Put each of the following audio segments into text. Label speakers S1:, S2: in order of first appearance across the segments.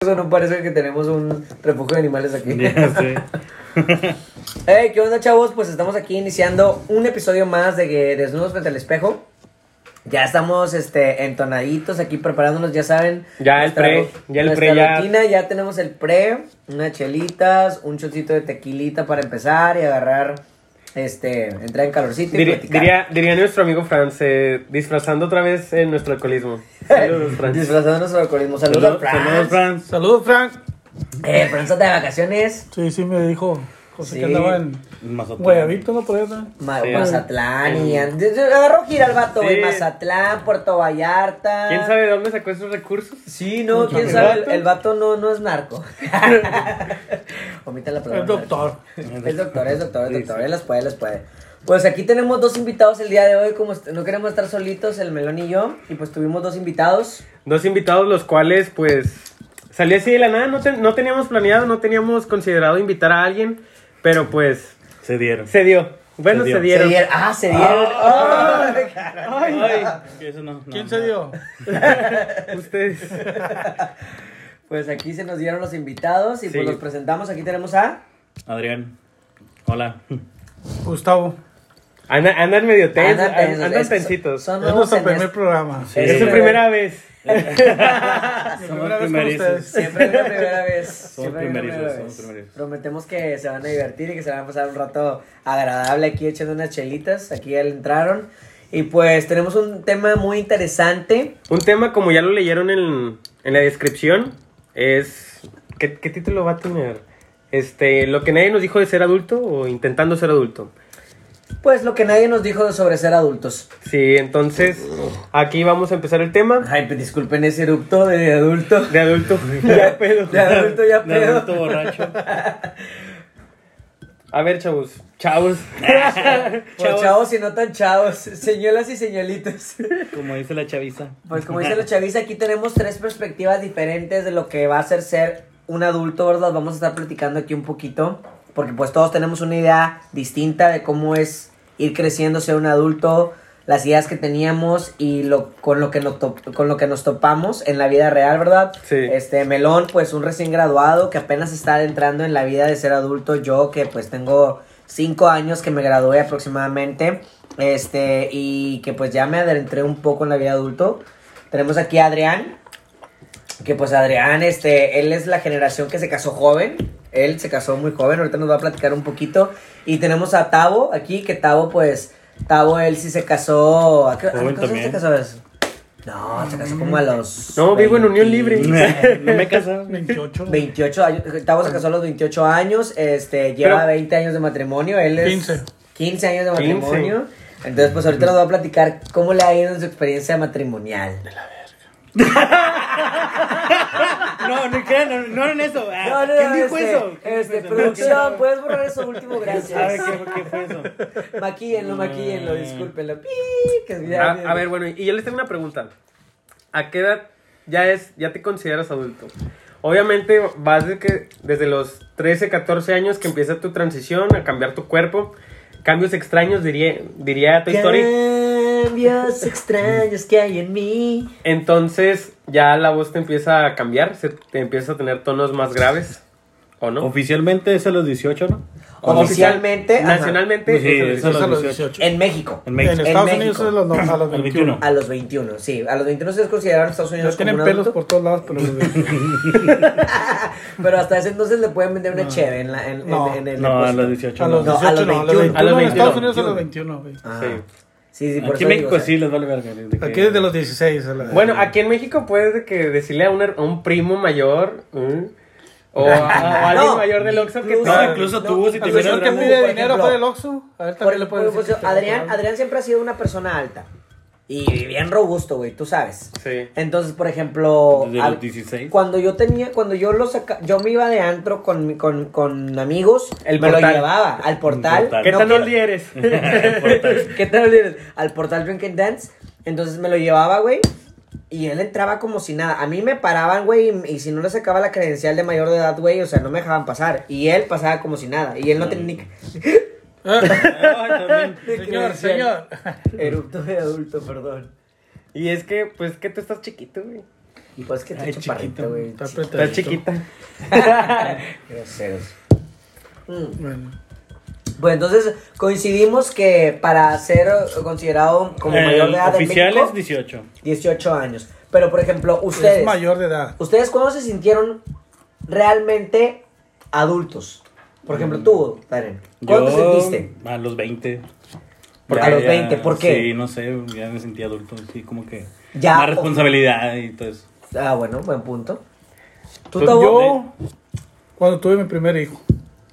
S1: eso no parece que tenemos un refugio de animales aquí.
S2: Ya sé.
S1: Hey, ¿qué onda, chavos? Pues estamos aquí iniciando un episodio más de que Desnudos frente al espejo. Ya estamos este, entonaditos aquí preparándonos, ya saben.
S2: Ya el pre,
S1: ru-
S2: ya el
S1: nuestra
S2: pre, ya.
S1: rutina, ya tenemos el pre, unas chelitas, un chocito de tequilita para empezar y agarrar, este, entrar en calorcito y
S2: Diri-
S1: platicar.
S2: diría, diría nuestro amigo Franz, eh, disfrazando otra vez en nuestro alcoholismo. Saludos, Franz.
S1: Disfrazándonos de alcoholismo. Saludos, a Franz.
S3: Saludos, Franz.
S4: Saludos, Frank.
S1: Eh, Franz anda de vacaciones.
S4: Sí, sí, me dijo José
S1: Sí.
S4: que andaba en
S3: Mazatlán.
S4: Guayabito, ¿no? Por ahí, ¿no?
S1: Ma-
S2: Sí.
S1: Mazatlán y and- agarró gira al vato, güey.
S2: Sí.
S1: Mazatlán, Puerto Vallarta.
S2: ¿Quién sabe de dónde sacó esos recursos?
S1: Sí, no, quién sabe, el, el vato no, no es narco. Omita la palabra.
S4: Es doctor.
S1: narco. Es doctor, es doctor, es doctor. Él las puede, las puede. Pues aquí tenemos dos invitados el día de hoy, como est- no queremos estar solitos, el melón y yo, y pues tuvimos dos invitados.
S2: Dos invitados, los cuales, pues, salió así de la nada. No, ten- no teníamos planeado, no teníamos considerado invitar a alguien, pero pues,
S3: Se dieron.
S2: se dio. Bueno,
S3: Se
S2: se,
S3: dio.
S1: Se
S2: dieron. Ah.
S1: dieron- ah, se dieron. Ah,
S3: Ay, eso no, no,
S4: ¿Quién
S3: no.
S4: se dio?
S2: Ustedes.
S1: Pues aquí se nos dieron los invitados y
S2: Sí.
S1: pues los presentamos. Aquí tenemos a
S3: Adrián. Hola.
S4: Gustavo.
S2: Andan, andan medio tensos,
S1: Andan tensos,
S2: andan,
S1: es-
S2: tensitos.
S1: son-
S4: es
S1: nuevos
S4: nuestro
S1: en
S4: primer
S1: este-
S4: programa.
S3: Sí.
S2: es su
S3: eh,
S2: primera vez.
S4: Mi
S3: Somos
S4: primera vez con
S3: primerizos.
S4: ustedes.
S1: Siempre hay una primera vez.
S3: Somos
S1: Siempre hay una
S3: primerizos,
S1: primera
S3: somos
S1: vez.
S3: primerizos.
S1: Prometemos que se van a divertir y que se van a pasar un rato agradable aquí echando unas chelitas. Aquí ya le entraron. Y pues tenemos un tema muy interesante.
S2: Un tema, como ya lo leyeron en, en la descripción, es. ¿qué, qué título va a tener? Este, lo que nadie nos dijo de ser adulto o intentando ser adulto.
S1: Pues lo que nadie nos dijo sobre ser adultos.
S2: Sí, entonces, aquí vamos a empezar el tema.
S1: Ay, pues disculpen ese erupto de adulto.
S2: De adulto, ya pedo.
S1: De adulto ya
S3: De adulto
S1: pedo.
S3: borracho.
S2: A ver, chavos. Chavos.
S1: Chavos. chavos y no tan chavos. Señoras y señoritos.
S3: Como dice la chaviza.
S1: Pues como dice la chaviza, aquí tenemos tres perspectivas diferentes de lo que va a ser ser un adulto, ¿verdad? Vamos a estar platicando aquí un poquito, porque pues todos tenemos una idea distinta de cómo es ir creciendo, ser un adulto, las ideas que teníamos y lo, con, lo que nos top- con lo que nos topamos en la vida real, ¿verdad?
S2: Sí.
S1: Este, Melón, pues un recién graduado que apenas está adentrando en la vida de ser adulto, yo que pues tengo cinco años que me gradué aproximadamente, este, y que pues ya me adentré un poco en la vida adulto. Tenemos aquí a Adrián, que pues Adrián, este, él es la generación que se casó joven. Él se casó muy joven, ahorita nos va a platicar un poquito. Y tenemos a Tavo aquí, que Tavo, pues, Tavo, él sí se casó. ¿A qué, a qué
S3: Joven
S1: cosa
S3: también.
S1: se casó? eso? No, se casó como a los.
S2: No, vivo en unión libre.
S3: No me he casado.
S4: 28.
S1: 28 años. Tavo se casó a los 28 años, este, lleva
S2: Pero-
S1: 20 años de matrimonio. Él es.
S4: 15.
S1: 15 años de
S2: 15.
S1: matrimonio. Entonces, pues ahorita nos va a platicar cómo le ha ido en su experiencia matrimonial.
S3: No, no crean, no, no en eso. Ah,
S1: No, no,
S3: ¿Quién
S1: no,
S3: dijo
S1: este,
S3: eso? ¿Quién
S1: este,
S3: dijo eso?
S1: producción, puedes borrar eso último,
S3: ¿Quién sabe
S1: gracias.
S3: qué, Mm. qué fue eso?
S1: Maquíenlo, maquíenlo, discúlpenlo. Pi, que ya-
S2: A, Ah, a ver, bueno, y yo les tengo una pregunta. ¿A qué edad ya es, ya te consideras adulto? Obviamente vas de que desde los 13, 14 años que empieza tu transición a cambiar tu cuerpo. Cambios extraños, diría, diría Toy Story.
S1: Cambios extraños que hay en mí.
S2: Entonces ya la voz te empieza a cambiar, se te empieza a tener tonos más graves, ¿o no?
S3: Oficialmente es a los 18, ¿no?
S1: Oficialmente, ajá,
S2: Nacionalmente,
S3: Sí,
S2: es
S3: eso
S2: el-
S4: Es a los
S3: 18.
S4: 18. En,
S1: en México.
S3: En México.
S1: En
S4: Estados
S1: México.
S4: Unidos es los, no, a los
S3: El
S4: 21.
S1: A los 21, sí. A los 21 se es considerado en Estados Unidos
S4: Ya
S1: como
S4: tienen
S1: un
S4: pelos
S1: adulto.
S4: por todos lados, pero los 21.
S1: Pero hasta ese entonces le pueden vender una cheve en, la, en, en-
S4: No.
S1: en el
S3: No, a
S1: depósito.
S3: los 18.
S4: A los
S1: No,
S3: no.
S1: a
S4: 18
S1: los
S4: no, a los
S1: 21.
S4: 21.
S2: A los
S4: En Estados
S2: 21.
S4: Unidos a los 21, güey.
S1: Ah,
S2: Sí.
S1: sí, sí, por eso
S3: Aquí en México
S1: digo, o sea,
S3: sí les vale verga. de que-
S4: Aquí desde los 16. a la-
S2: Bueno, aquí en México puedes de que decirle a un, her- a un primo mayor ¿eh? o a, a alguien
S1: No.
S2: mayor del Oxxo que
S1: Incluso-
S2: te-
S3: No, incluso tú, si te
S4: A los
S1: Incluso
S3: vieran
S4: señor que
S1: Ramón,
S4: pide
S1: por
S4: dinero
S1: ejemplo.
S4: fuera del Oxxo. A ver,
S1: Por-
S4: también le
S1: por-
S4: puedes
S1: pues,
S4: decir. que te
S1: Adrián,
S4: lo-
S1: Adrián siempre ha sido una persona alta. Y bien robusto, güey, tú sabes.
S2: Sí.
S1: Entonces, por ejemplo,
S3: Desde
S1: al-
S3: los 16.
S1: cuando yo tenía, cuando yo lo saca, yo me iba de antro con, mi- con, con amigos,
S2: El
S1: me lo
S2: portal.
S1: llevaba al portal.
S3: portal.
S2: ¿Qué
S1: No,
S2: tan
S1: que-
S2: oldie eres?
S3: Portal.
S1: ¿Qué tal olieron? Al portal Drink and Dance. Entonces me lo llevaba, güey. Y él entraba como si nada. A mí me paraban, güey. Y, y si no le sacaba la credencial de mayor de edad, güey. O sea, no me dejaban pasar. Y él pasaba como si nada. Y él no tenía
S3: Ah, también.
S1: ni.
S4: Señor, señor.
S1: Erupto de adulto, perdón.
S2: y es que, pues, que tú estás chiquito, güey.
S1: Hijo, es que está
S3: Ay,
S1: chaparrito,
S3: chiquito,
S1: güey.
S4: Está
S1: Sí,
S4: apretadito.
S2: Está chiquita.
S1: Groseros. Mm.
S4: Bueno.
S1: Bueno, entonces coincidimos que para ser eh, considerado como
S3: Eh,
S1: mayor de edad en
S3: oficiales,
S1: México,
S3: 18.
S1: 18 años. Pero, por ejemplo, ustedes,
S4: Es mayor de edad.
S1: ¿ustedes cuándo se sintieron realmente adultos? Por ejemplo, tú, Darren, ¿cuándo
S3: Yo,
S1: te sentiste?
S3: A los 20.
S1: ¿Por qué? A los 20, ¿por qué?
S3: Sí, no sé, ya me sentí adulto, sí, como que
S1: Ya,
S3: más
S1: o-
S3: responsabilidad y todo eso.
S1: Ah, bueno, buen punto. ¿Tú,
S3: Pues
S1: Tabo?
S3: yo-
S4: Cuando tuve mi primer hijo.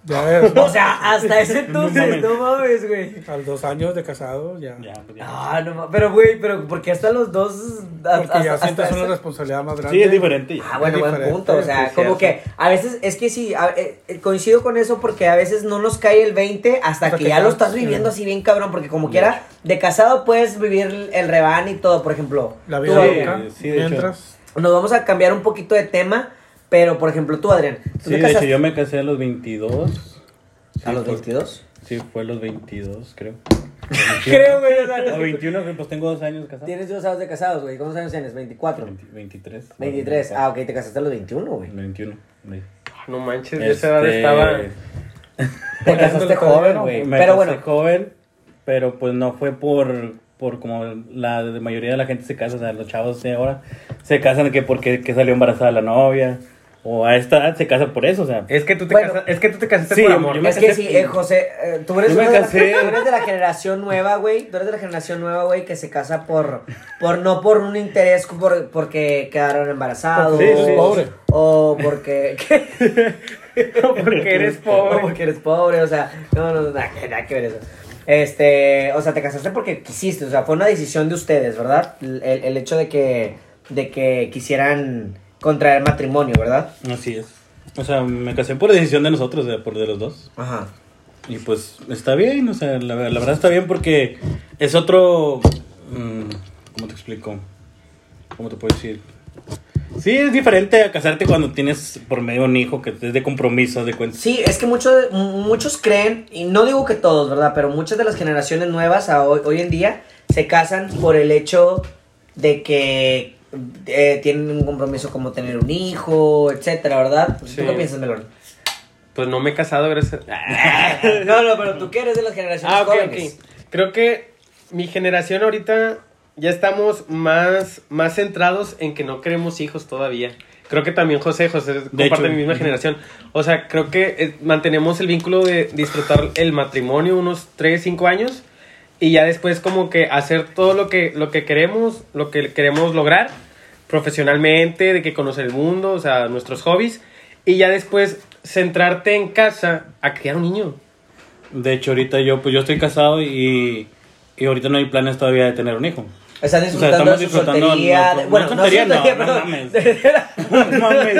S4: Ya ves,
S1: O sea, hasta ese entonces,
S3: mames.
S1: no mames, güey.
S4: a los dos años de casado, ya.
S3: Ya, pues ya.
S1: Ah, no mames. Pero, güey, pero ¿por qué hasta los dos? a-
S4: Porque ya
S1: hasta-
S4: sientes
S1: hasta
S4: una
S1: ese-
S4: responsabilidad más grande.
S3: sí, es diferente. ya.
S1: Ah, bueno,
S4: Es
S1: buen
S4: diferente,
S1: punto. O sea,
S4: sí, es
S1: como que
S4: cierto.
S1: a veces es que sí, a- eh, eh, coincido con eso porque a veces no nos cae el 20 hasta,
S4: Hasta
S1: que,
S4: que
S1: ya
S4: ya-
S1: lo estás viviendo así bien cabrón, porque como quiera, de casado puedes vivir el rebán y todo, por ejemplo.
S4: La
S1: Tú,
S4: vida
S3: Sí,
S1: Adrián.
S4: loca.
S3: sí, de hecho.
S4: mientras.
S1: Nos vamos a cambiar un poquito de tema, pero por ejemplo tú, Adrián, ¿tú
S3: Sí,
S1: te
S3: de hecho,
S1: casaste
S3: yo me casé a los 22.
S1: a los
S3: fue-
S1: 22?
S3: Sí, fue a los 22, creo.
S1: Creo, güey. o
S3: O
S1: sea,
S3: 21, pues tengo dos años casado.
S1: Tienes dos años de casados, güey. ¿Cuántos años tienes? 24.
S3: 23.
S1: 23. Ah, ok, te casaste a los 21, güey.
S3: 21. sí.
S2: Ah, No manches, de esa edad
S3: Este,
S2: estaba.
S1: Te casaste joven, güey.
S3: Me
S1: Pero
S3: casé
S1: bueno,
S3: joven, pero pues no fue por por como la mayoría de la gente se casa, o sea, los chavos de ahora se casan que porque que salió embarazada la novia o a esta edad se casa por eso, o sea.
S2: Es que tú te,
S1: Bueno.
S2: casa- es que tú te casaste
S3: Sí,
S2: por amor.
S3: yo me
S1: Es que
S3: casé-
S1: sí, eh, José, eh, tú, eres
S3: Yo me
S1: una de la-
S3: casé.
S1: tú eres de la generación nueva, güey. Tú eres de la generación nueva, güey, que se casa por, por no por un interés, por, porque quedaron embarazados.
S3: Porque eres
S1: o-
S4: pobre.
S1: O porque,
S2: Porque eres
S1: o
S2: pobre.
S1: porque eres pobre, o sea, no, no, nada, que- nada que ver eso. Este, o sea, te casaste porque quisiste, o sea, fue una decisión de ustedes, ¿verdad? El, el hecho de que, de que quisieran contraer matrimonio, ¿verdad?
S3: Así es. O sea, me casé por decisión de nosotros, o sea, por de los dos.
S1: Ajá.
S3: Y pues está bien, o sea, la, la verdad está bien porque es otro... mm, ¿Cómo te explico? ¿Cómo te puedo decir? Sí, es diferente a casarte cuando tienes por medio un hijo que es de compromiso, haz de cuenta.
S1: Sí, es que muchos, muchos creen, y no digo que todos, ¿verdad? Pero muchas de las generaciones nuevas a hoy, hoy en día se casan por el hecho de que eh, tienen un compromiso como tener un hijo, etcétera, ¿verdad?
S2: Sí.
S1: ¿Tú qué piensas, Melón?
S2: Pues no me he casado, gracias.
S1: no, no, pero tú que eres de las generaciones
S2: Ah, ok,
S1: jóvenes.
S2: ok. Creo que mi generación ahorita ya estamos más, más centrados en que no queremos hijos todavía. Creo que también José, José comparte
S3: hecho.
S2: mi misma generación. O sea, creo que eh, mantenemos el vínculo de disfrutar el matrimonio unos 3, 5 años y ya después como que hacer todo lo que, lo que queremos, lo que queremos lograr profesionalmente, de que conocer el mundo, o sea, nuestros hobbies y ya después centrarte en casa a criar un niño.
S3: De hecho, ahorita yo, pues yo estoy casado y, y ahorita no hay planes todavía de tener un hijo.
S1: Están disfrutando
S3: estamos
S1: de su
S3: disfrutando,
S1: soltería.
S3: no,
S1: de-
S3: no,
S1: bueno,
S3: no
S1: no,
S3: soltería, no,
S1: soltería,
S3: no
S1: perdón.
S3: mames. No mames,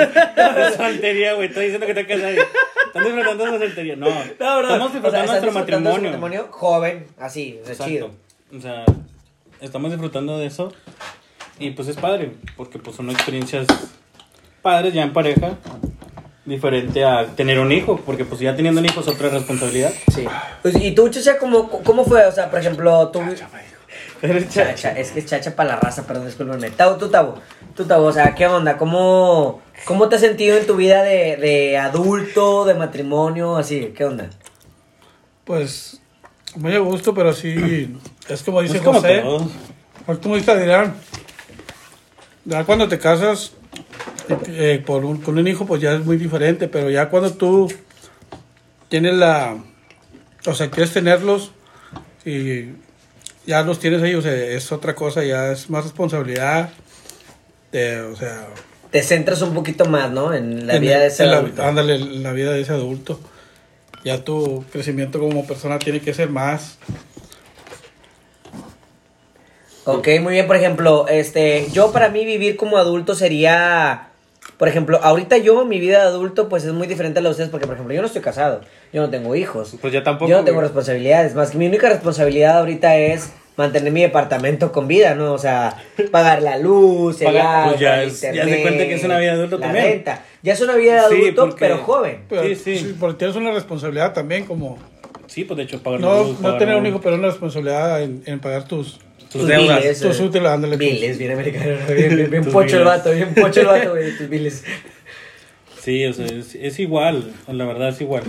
S3: es soltería, güey. Estoy diciendo que te casas. Están disfrutando de la soltería. No,
S1: No, no,
S3: estamos
S1: o sea,
S3: disfrutando
S1: están
S3: nuestro
S1: disfrutando de su
S3: matrimonio.
S1: matrimonio joven, así, de
S3: Exacto.
S1: chido.
S3: O sea, estamos disfrutando de eso. Y pues es padre, porque pues son experiencias padres ya en pareja. Diferente a tener un hijo, porque pues ya teniendo un hijo es otra responsabilidad.
S1: Sí. Pues, ¿Y tú, Chucha, cómo, cómo fue? O sea, por ejemplo, tú... Chacha, es que es chacha para la raza, perdón, discúlpame. Tavo, tú, Tavo, tú, Tavo, o sea, ¿qué onda? ¿Cómo, cómo te has sentido en tu vida de, de adulto, de matrimonio, así? ¿Qué onda?
S4: Pues, muy a gusto, pero sí. Es como dice
S3: Es como
S4: José.
S3: todo.
S4: Pues como dice Adrián, ya cuando te casas eh, por un- con un hijo, pues ya es muy diferente, pero ya cuando tú tienes la, o sea, quieres tenerlos y ya los tienes ahí, o sea, es otra cosa, ya es más responsabilidad, de, o sea,
S1: Te centras un poquito más, ¿no? En la
S4: en-
S1: vida de
S4: en
S1: ser
S4: la-
S1: adulto.
S4: Ándale, la vida de ese adulto. Ya tu crecimiento como persona tiene que ser más.
S1: Ok, muy bien, por ejemplo, este, yo para mí vivir como adulto sería, por ejemplo, ahorita yo, mi vida de adulto, pues es muy diferente a la de ustedes, porque, por ejemplo, yo no estoy casado, yo no tengo hijos.
S2: Pues yo tampoco,
S1: Yo no tengo
S2: güey.
S1: responsabilidades, más que mi única responsabilidad ahorita es mantener mi departamento con vida, ¿no? O sea, pagar la luz, el
S3: Pagar-
S1: agua,
S3: pues ya
S1: el
S3: es- ya se
S1: internet,
S3: cuenta que es una vida de adulto
S1: la
S3: también.
S1: renta. Ya es una vida de
S3: Sí,
S1: adulto,
S3: porque-
S1: pero joven.
S4: Pero,
S3: Sí, sí.
S4: Porque tienes una responsabilidad también como
S3: Sí, pues de hecho, pagar la
S4: No,
S3: luz,
S4: no
S3: pagar
S4: tener un
S3: la-
S4: hijo, pero una responsabilidad en, en pagar tus,
S2: Tus deudas.
S1: biles,
S4: tus
S1: eh.
S4: útiles, ándale. pues.
S1: Biles, bien americano, bien, bien, bien
S3: Tus
S1: pocho el
S3: biles.
S1: vato, bien pocho el vato, güey, tus biles.
S3: Sí, o sea, es, es igual, la verdad es igual.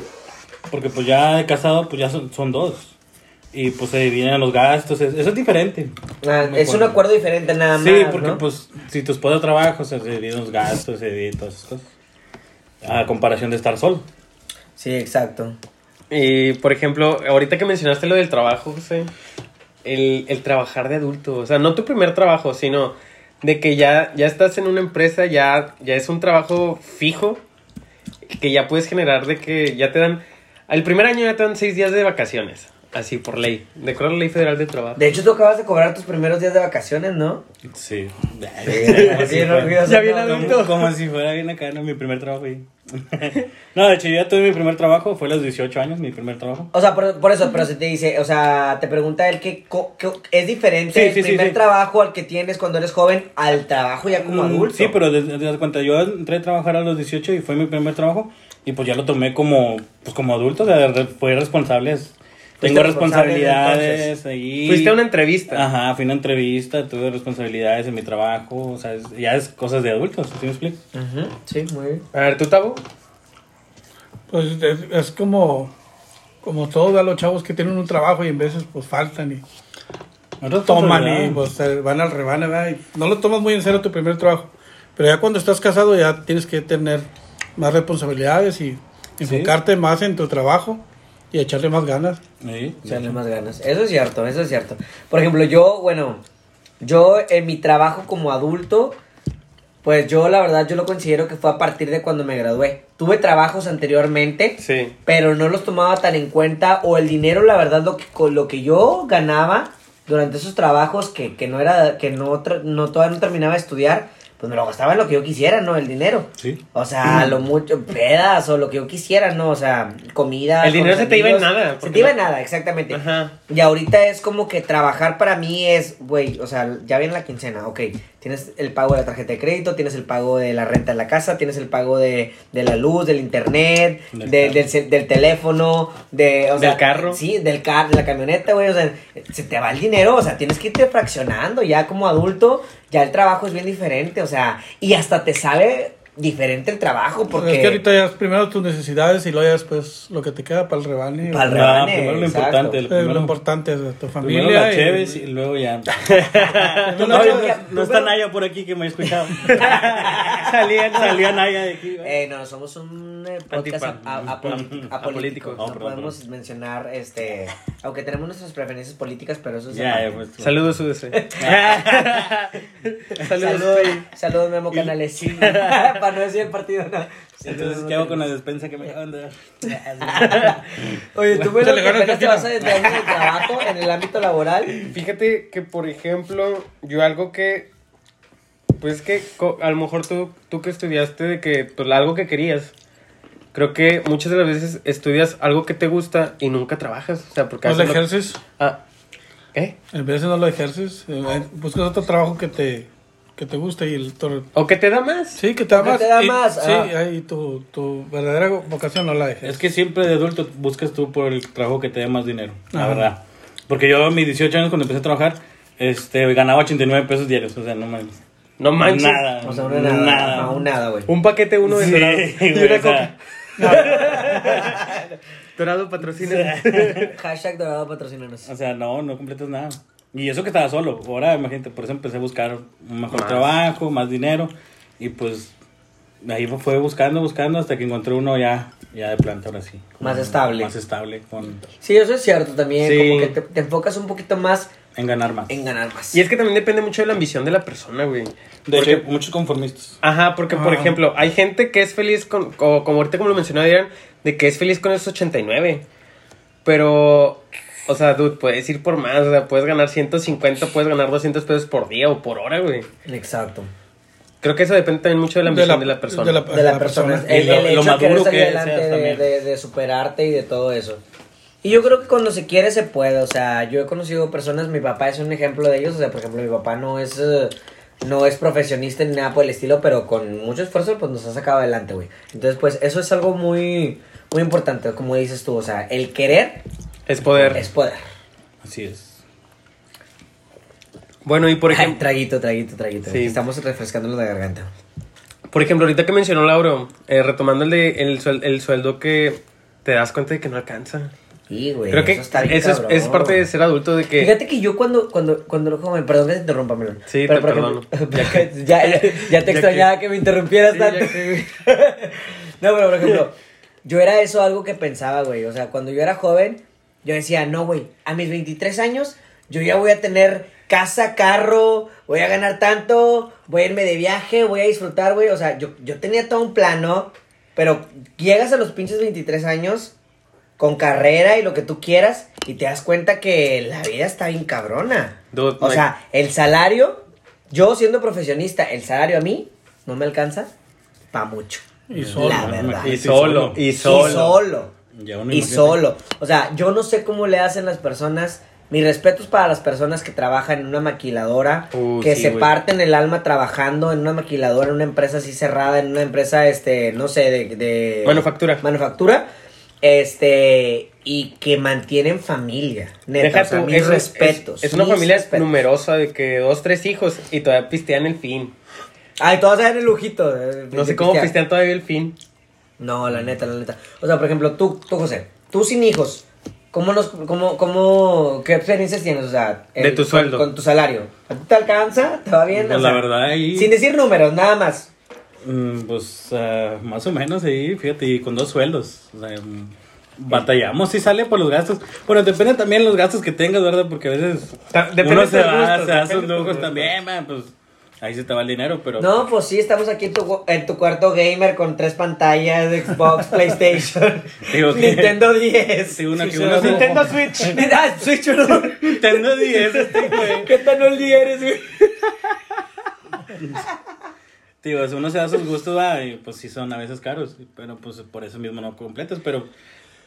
S3: Porque pues ya de casado, pues ya son, son dos. Y pues se dividen los gastos, es- eso es diferente.
S1: Ah, es un acuerdo diferente nada más,
S3: Sí, porque
S1: ¿no?
S3: pues si tu esposa trabaja, o sea, se dividen los gastos, se dividen todas esas cosas. A comparación de estar solo.
S1: Sí, exacto.
S2: Y, por ejemplo, ahorita que mencionaste lo del trabajo, José, el, el trabajar de adulto, o sea, no tu primer trabajo, sino de que ya, ya estás en una empresa, ya, ya es un trabajo fijo, que ya puedes generar de que ya te dan, al primer año ya te dan seis días de vacaciones, así por ley, de acuerdo a la ley federal de trabajo.
S1: De hecho, tú acabas de cobrar tus primeros días de vacaciones, ¿no?
S3: Sí.
S1: Sí, no, o sea,
S2: Ya bien
S1: no, no.
S2: adulto.
S3: Como si fuera bien acá, ¿no? Mi primer trabajo ahí. no, de hecho, yo ya tuve mi primer trabajo, fue a los 18 años, mi primer trabajo.
S1: O sea, por, por eso, pero se te dice, o sea, te pregunta él que, co- que- es diferente
S3: Sí,
S1: el
S3: sí, sí,
S1: primer
S3: sí.
S1: trabajo al que tienes cuando eres joven al trabajo ya como
S3: Mm,
S1: adulto.
S3: Sí, pero desde te das cuenta, yo entré a trabajar a los 18 y fue mi primer trabajo y pues ya lo tomé como pues como adulto, de re- fui responsable. es-
S1: Pues
S3: Tengo
S1: responsable desde
S3: responsabilidades ahí.
S2: Fuiste a una entrevista.
S3: Ajá, fui a una entrevista, tuve responsabilidades en mi trabajo, o sea, es- ya es cosas de adultos, ¿sí me explico?
S1: Ujú, Sí, muy bien.
S2: A ver, ¿tú, Tabo?
S4: Pues es, es como, como todo, ¿verdad? los chavos que tienen un trabajo y en veces pues faltan y
S3: Nosotros
S4: toman y
S3: responsabilidad.
S4: pues se van al rebane, ¿verdad? Y no lo tomas muy en serio tu primer trabajo. Pero ya cuando estás casado ya tienes que tener más responsabilidades y enfocarte más en tu trabajo y echarle más ganas.
S3: Sí,
S1: Echarle más ganas. Eso es cierto, eso es cierto. Por ejemplo, yo, bueno, yo en mi trabajo como adulto, pues yo la verdad yo lo considero que fue a partir de cuando me gradué. Tuve trabajos anteriormente,
S2: Sí.
S1: pero no los tomaba tan en cuenta o el dinero, la verdad, lo que, con lo que yo ganaba durante esos trabajos que, que no era, que no, tra- no todavía no terminaba de estudiar, pues me lo gastaba en lo que yo quisiera, ¿no? El dinero.
S3: Sí.
S1: O sea, lo mucho, pedas o lo que yo quisiera, ¿no? O sea, comida.
S2: El dinero
S1: con
S2: se te iba en
S1: amigos.
S2: nada,
S1: Se
S2: porque
S1: te iba
S2: no-
S1: en nada, exactamente.
S2: Ajá.
S1: Y ahorita es como que trabajar para mí es, güey, o sea, ya viene la quincena, ok. Tienes el pago de la tarjeta de crédito, tienes el pago de la renta de la casa, tienes el pago de, de la luz, del internet,
S3: Del
S1: del,
S3: carro.
S1: del ce- del teléfono, de, o
S2: Del
S1: sea,
S2: carro.
S1: Sí, del carro, de la camioneta, güey, o sea, se te va el dinero, o sea, tienes que irte fraccionando. Ya como adulto, ya el trabajo es bien diferente, o sea, y hasta te sabe diferente el trabajo porque...
S4: Pues Es que ahorita ya es primero tus necesidades y luego ya después lo que te queda para el rebane.
S1: Pa'l
S3: No,
S1: rebane,
S3: primero lo
S1: exacto.
S3: importante, Eh, lo
S4: Es lo
S3: primero,
S4: importante es tu familia.
S3: primero la
S4: y-
S3: Cheves y luego ya.
S1: Tú
S3: No,
S1: ves-
S3: no,
S1: tú
S3: no
S1: ves-
S3: está Naya por aquí que me ha escuchado. salía, salía Naya de aquí. ¿verdad?
S1: Eh, no, somos un eh, podcast
S2: Antipa-
S1: a- a- apolítico.
S2: apolítico.
S1: No
S3: Oh, perdón,
S1: podemos mencionar, este, aunque tenemos nuestras preferencias políticas, pero eso es...
S3: Ya,
S1: aparte.
S3: ya, pues,
S2: Saludos, UDC.
S1: Saludos,
S2: Saludos.
S1: saludos, Memo Canales. Para no decir el partido, no.
S3: Entonces, ¿qué hago con la despensa que me acaban de dar?
S1: Oye, tú bueno,
S4: Échale
S1: que
S4: ganas,
S1: apenas te
S4: Cristina.
S1: vas a entrar en el trabajo, en el ámbito laboral.
S2: Fíjate que, por ejemplo, yo algo que. Pues que co- a lo mejor tú, tú que estudiaste de que. Pues algo que querías. Creo que muchas de las veces estudias algo que te gusta y nunca trabajas. O sea, porque.
S4: No lo
S2: haces lo-
S4: ejerces.
S2: Ah, ¿Eh?
S4: En veces no lo ejerces. eh, Buscas otro trabajo que te, que te guste y el otro-
S2: ¿O que te da más?
S4: Sí, que te da
S1: Que
S4: más.
S1: te da
S4: y-
S1: más,
S4: Sí,
S1: ah.
S4: ahí tu, tu verdadera vocación no la dejes.
S3: Es que siempre de adulto buscas tú por el trabajo que te dé más dinero, la
S4: Ajá.
S3: verdad. Porque yo a mis 18 años cuando empecé a trabajar, este, ganaba 89 pesos diarios, o sea, no manches.
S2: No manches.
S3: Nada.
S1: O sea, no nada,
S3: Nada.
S1: no nada, güey.
S2: Un paquete uno de
S3: Sí,
S2: dorado.
S3: güey,
S2: Y una
S3: o sea,
S2: coca. Dorado patrocina.
S1: Hashtag dorado patrocinanos.
S3: O sea, no, no completas nada. Y eso que estaba solo. Ahora, imagínate, por eso empecé a buscar un mejor
S2: Más.
S3: trabajo, más dinero. Y pues ahí fue buscando, buscando hasta que encontré uno ya, ya de planta, ahora sí.
S1: Más estable.
S3: Más estable, con,
S1: Sí, eso es cierto también.
S2: Sí.
S1: Como que te, te enfocas un poquito más
S3: en ganar más.
S1: en ganar más.
S2: Y es que también depende mucho de la ambición de la persona, güey.
S3: De
S2: Porque-
S3: hecho, muchos conformistas.
S2: Ajá, porque por
S4: Ah.
S2: ejemplo, hay gente que es feliz con, o como ahorita como lo mencionó Adrián, de que es feliz con esos 89. Pero, o sea, dude, puedes ir por más, o sea, puedes ganar 150, puedes ganar 200 pesos por día o por hora, güey.
S1: Exacto.
S2: Creo que eso depende también mucho de la ambición de la, persona.
S4: de la-
S1: de la persona.
S4: persona.
S1: El,
S3: Y lo-
S1: el
S3: lo
S1: hecho de querer
S3: maduro
S1: salir
S3: que
S1: adelante,
S3: seas
S1: de,
S3: también.
S1: de- de superarte y de todo eso. Y yo creo que cuando se quiere se puede, o sea, yo he conocido personas, mi papá es un ejemplo de ellos, o sea, por ejemplo, mi papá no es eh, no es profesionista ni nada por el estilo, pero con mucho esfuerzo pues nos ha sacado adelante, güey. Entonces, pues eso es algo muy muy importante, como dices tú, o sea, el querer
S2: Es poder.
S1: Es poder.
S3: Así es.
S2: Bueno, y por
S1: Ay,
S2: ejemplo,
S1: traguito, traguito, traguito.
S2: Sí.
S1: Estamos refrescándonos la garganta.
S2: por ejemplo, ahorita que mencionó Lauro, eh, retomando el, de- el, suel- el sueldo que te das cuenta de que no alcanza.
S1: Y, güey,
S2: Creo que
S1: Pues eso está bien
S2: eso es,
S1: cabrón.
S2: es parte de ser adulto, de que...
S1: Fíjate que yo cuando, cuando, cuando lo joven, perdón que te interrumpa, Melón.
S2: Sí, te
S1: por ejemplo-
S2: perdono.
S1: Ya que- ya, ya- ya te
S2: que-
S1: extrañaba que, me interrumpieras
S2: Sí,
S1: tanto.
S2: ya que-
S1: no, pero por ejemplo, yo era eso algo que pensaba, güey. O sea, cuando yo era joven, yo decía, no, güey, a mis 23 años, yo ya voy a tener casa, carro, voy a ganar tanto, voy a irme de viaje, voy a disfrutar, güey. O sea, yo, yo tenía todo un plano, pero llegas a los pinches 23 años con carrera y lo que tú quieras y te das cuenta que la vida está bien cabrona.
S2: Dude,
S1: o
S2: my-
S1: sea, el salario, yo siendo profesionista, el salario a mí no me alcanza pa mucho.
S4: Y solo,
S1: La
S3: ¿no?
S1: verdad.
S2: Y solo, y solo.
S1: Y solo.
S3: Ya uno
S1: Y
S3: imagínate.
S1: solo. O sea, yo no sé cómo le hacen las personas. Mis respetos para las personas que trabajan en una maquiladora,
S2: Uh,
S1: que
S2: sí,
S1: se
S2: güey.
S1: parten el alma trabajando en una maquiladora, en una empresa así cerrada, en una empresa, este, no sé, de... de-
S2: Manufactura.
S1: Manufactura. Este, y que mantienen familia. Neta,
S2: Deja
S1: o sea,
S2: tú,
S1: mis
S2: es, es-
S1: respetos.
S2: es una
S1: mis
S2: familia
S1: respetos.
S2: numerosa de que dos, tres hijos y todavía pistean el fin.
S1: Ay, todas dan el lujito. eh,
S2: No
S1: de
S2: sé cómo
S1: pistear.
S2: pistean todavía el fin.
S1: No, la neta, la neta. O sea, por ejemplo, tú, tú José, tú sin hijos, ¿cómo nos, cómo, cómo, qué experiencias tienes? O sea,
S2: De tu
S1: con-
S2: sueldo.
S1: Con, tu salario. ¿A ti te alcanza? ¿Te va bien?
S3: Pues
S1: O
S3: la
S1: sea,
S3: verdad, ahí-
S1: Sin decir números, nada más.
S3: Mm, Pues ah, más o menos ahí, fíjate, y con dos sueldos. O sea, mm, batallamos, sí sale por los gastos. Bueno, depende también los gastos que tengas, ¿verdad? Porque a veces
S2: Ta- depende
S3: uno
S2: de
S3: se
S2: tus
S3: va,
S2: gustos,
S3: se da
S2: depende
S3: sus
S2: de tus
S3: lujos
S2: gustos.
S3: también, man, pues ahí se te va el dinero, pero...
S1: No, pues sí, estamos aquí en tu, gu- en tu cuarto gamer con tres pantallas, Xbox, PlayStation,
S3: Digo que-
S1: Nintendo 10.
S3: Sí, una que
S1: Sí,
S3: una-
S1: sí.
S3: Nintendo
S2: Switch.
S1: Ah, Switch uno.
S3: Nintendo 10, este, güey.
S1: ¿Qué tan oldie eres, güey?
S3: Digo, pues, uno se da sus gustos, va, y pues sí son a veces caros, pero pues por eso mismo no completas, pero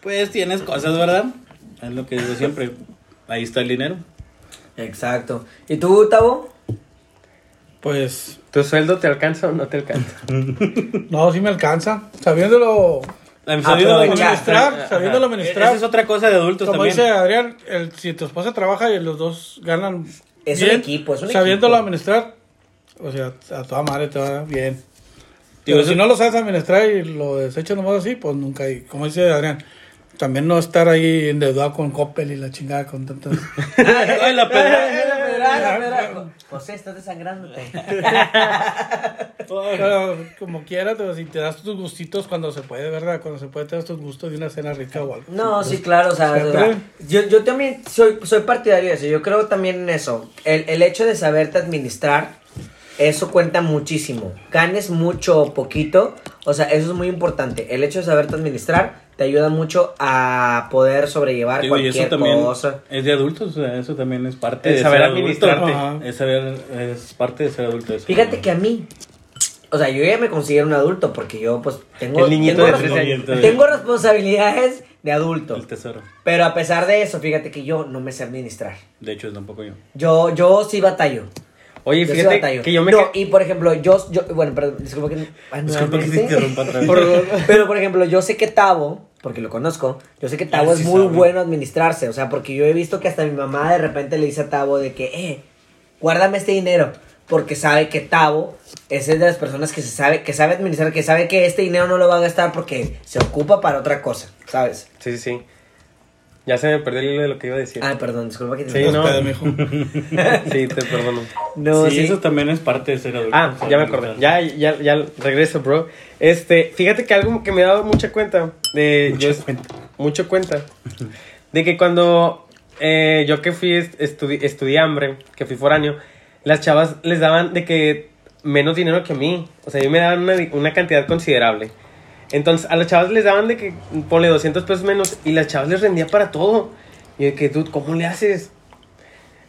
S3: pues tienes cosas, ¿verdad? Es lo que digo siempre, ahí está el dinero.
S1: Exacto. ¿Y tú, Tavo?
S4: Pues
S2: ¿Tu sueldo te alcanza o no te alcanza?
S4: no, sí me alcanza. Sabiéndolo
S1: Aprovechar.
S4: administrar, Ah, sabiéndolo administrar.
S3: Esa es otra cosa de adultos
S4: Como
S3: también.
S4: dice Adrián, el, si tu esposa trabaja y los dos ganan.
S1: Es un equipo, es un
S4: Sabiéndolo
S1: equipo.
S4: administrar, o sea, a toda madre te va bien.
S3: Digo,
S4: Pero
S3: eso-
S4: si no lo sabes administrar y lo desechas nomás así, pues nunca. hay. como dice Adrián, también no estar ahí endeudado con Coppel y la chingada con tantas.
S3: Ay, la peda.
S1: José, estás desangrándote.
S4: Pero como quieras, pero si te das tus gustitos cuando se puede, ¿verdad? Cuando se puede, te das tus gustos de una cena rica o algo.
S1: No,
S2: Pues,
S1: sí, claro, o sea,
S4: Siempre.
S1: o sea, yo, yo también soy, soy partidario de eso, yo creo también en eso, el, el hecho de saberte administrar, eso cuenta muchísimo, ganes mucho o poquito, o sea, eso es muy importante, el hecho de saberte administrar te ayuda mucho a poder sobrellevar
S3: Digo, y eso
S1: cualquier
S3: también
S1: cosa.
S3: es de adultos, o sea, eso también es parte
S2: El
S3: de
S2: saber
S3: ser adulto.
S2: administrarte.
S4: Ajá.
S3: Es saber, es parte de ser adulto. eso.
S1: Fíjate que a mí, o sea, yo ya me considero un adulto porque yo pues tengo,
S2: El niñito
S1: tengo
S2: de
S1: respo-
S2: 13 años.
S1: tengo responsabilidades de adulto,
S3: El tesoro.
S1: pero a pesar de eso, fíjate que yo no me sé administrar.
S3: De hecho, es tampoco yo.
S1: Yo, yo sí batallo.
S2: Oye,
S1: Yo sí
S2: fíjate
S1: batallo.
S2: que yo me...
S1: No,
S2: ca-
S1: y por ejemplo, yo, yo bueno, perdón, disculpa que... ah,
S3: Disculpa que
S1: nuevamente.
S3: te interrumpa otra vez.
S1: Pero por ejemplo, yo sé que Tavo, porque lo conozco, yo sé que Tavo
S3: Ah,
S1: es
S3: sí
S1: muy
S3: sabe.
S1: bueno administrarse, o sea, porque yo he visto que hasta mi mamá de repente le dice a Tavo de que, eh, guárdame este dinero, porque sabe que Tavo es de las personas que se sabe, que sabe administrar, que sabe que este dinero no lo va a gastar porque se ocupa para otra cosa, ¿sabes?
S2: Sí, sí, sí. Ya se me perdió el hilo de lo que iba a decir.
S1: Ah, perdón, disculpa que te
S2: Sí, no.
S4: Espérame, hijo.
S2: Sí, te perdono.
S1: No,
S3: sí,
S1: sí.
S3: eso también es parte de ser adulto.
S2: Ah,
S3: saber
S2: ya me acordé.
S3: administrar.
S2: Ya, ya, ya regreso, bro. Este, fíjate que algo que me he dado mucha cuenta de
S3: Mucha
S2: yo-
S3: cuenta.
S2: mucho cuenta de que cuando eh, yo que fui est- estudi- estudié hambre, que fui foráneo, las chavas les daban de que menos dinero que a mí. O sea, a mí me daban una, di- una cantidad considerable. Entonces, a las chavas les daban de que ponle 200 pesos menos y las chavas les rendía para todo. Y de que, dude, ¿cómo le haces?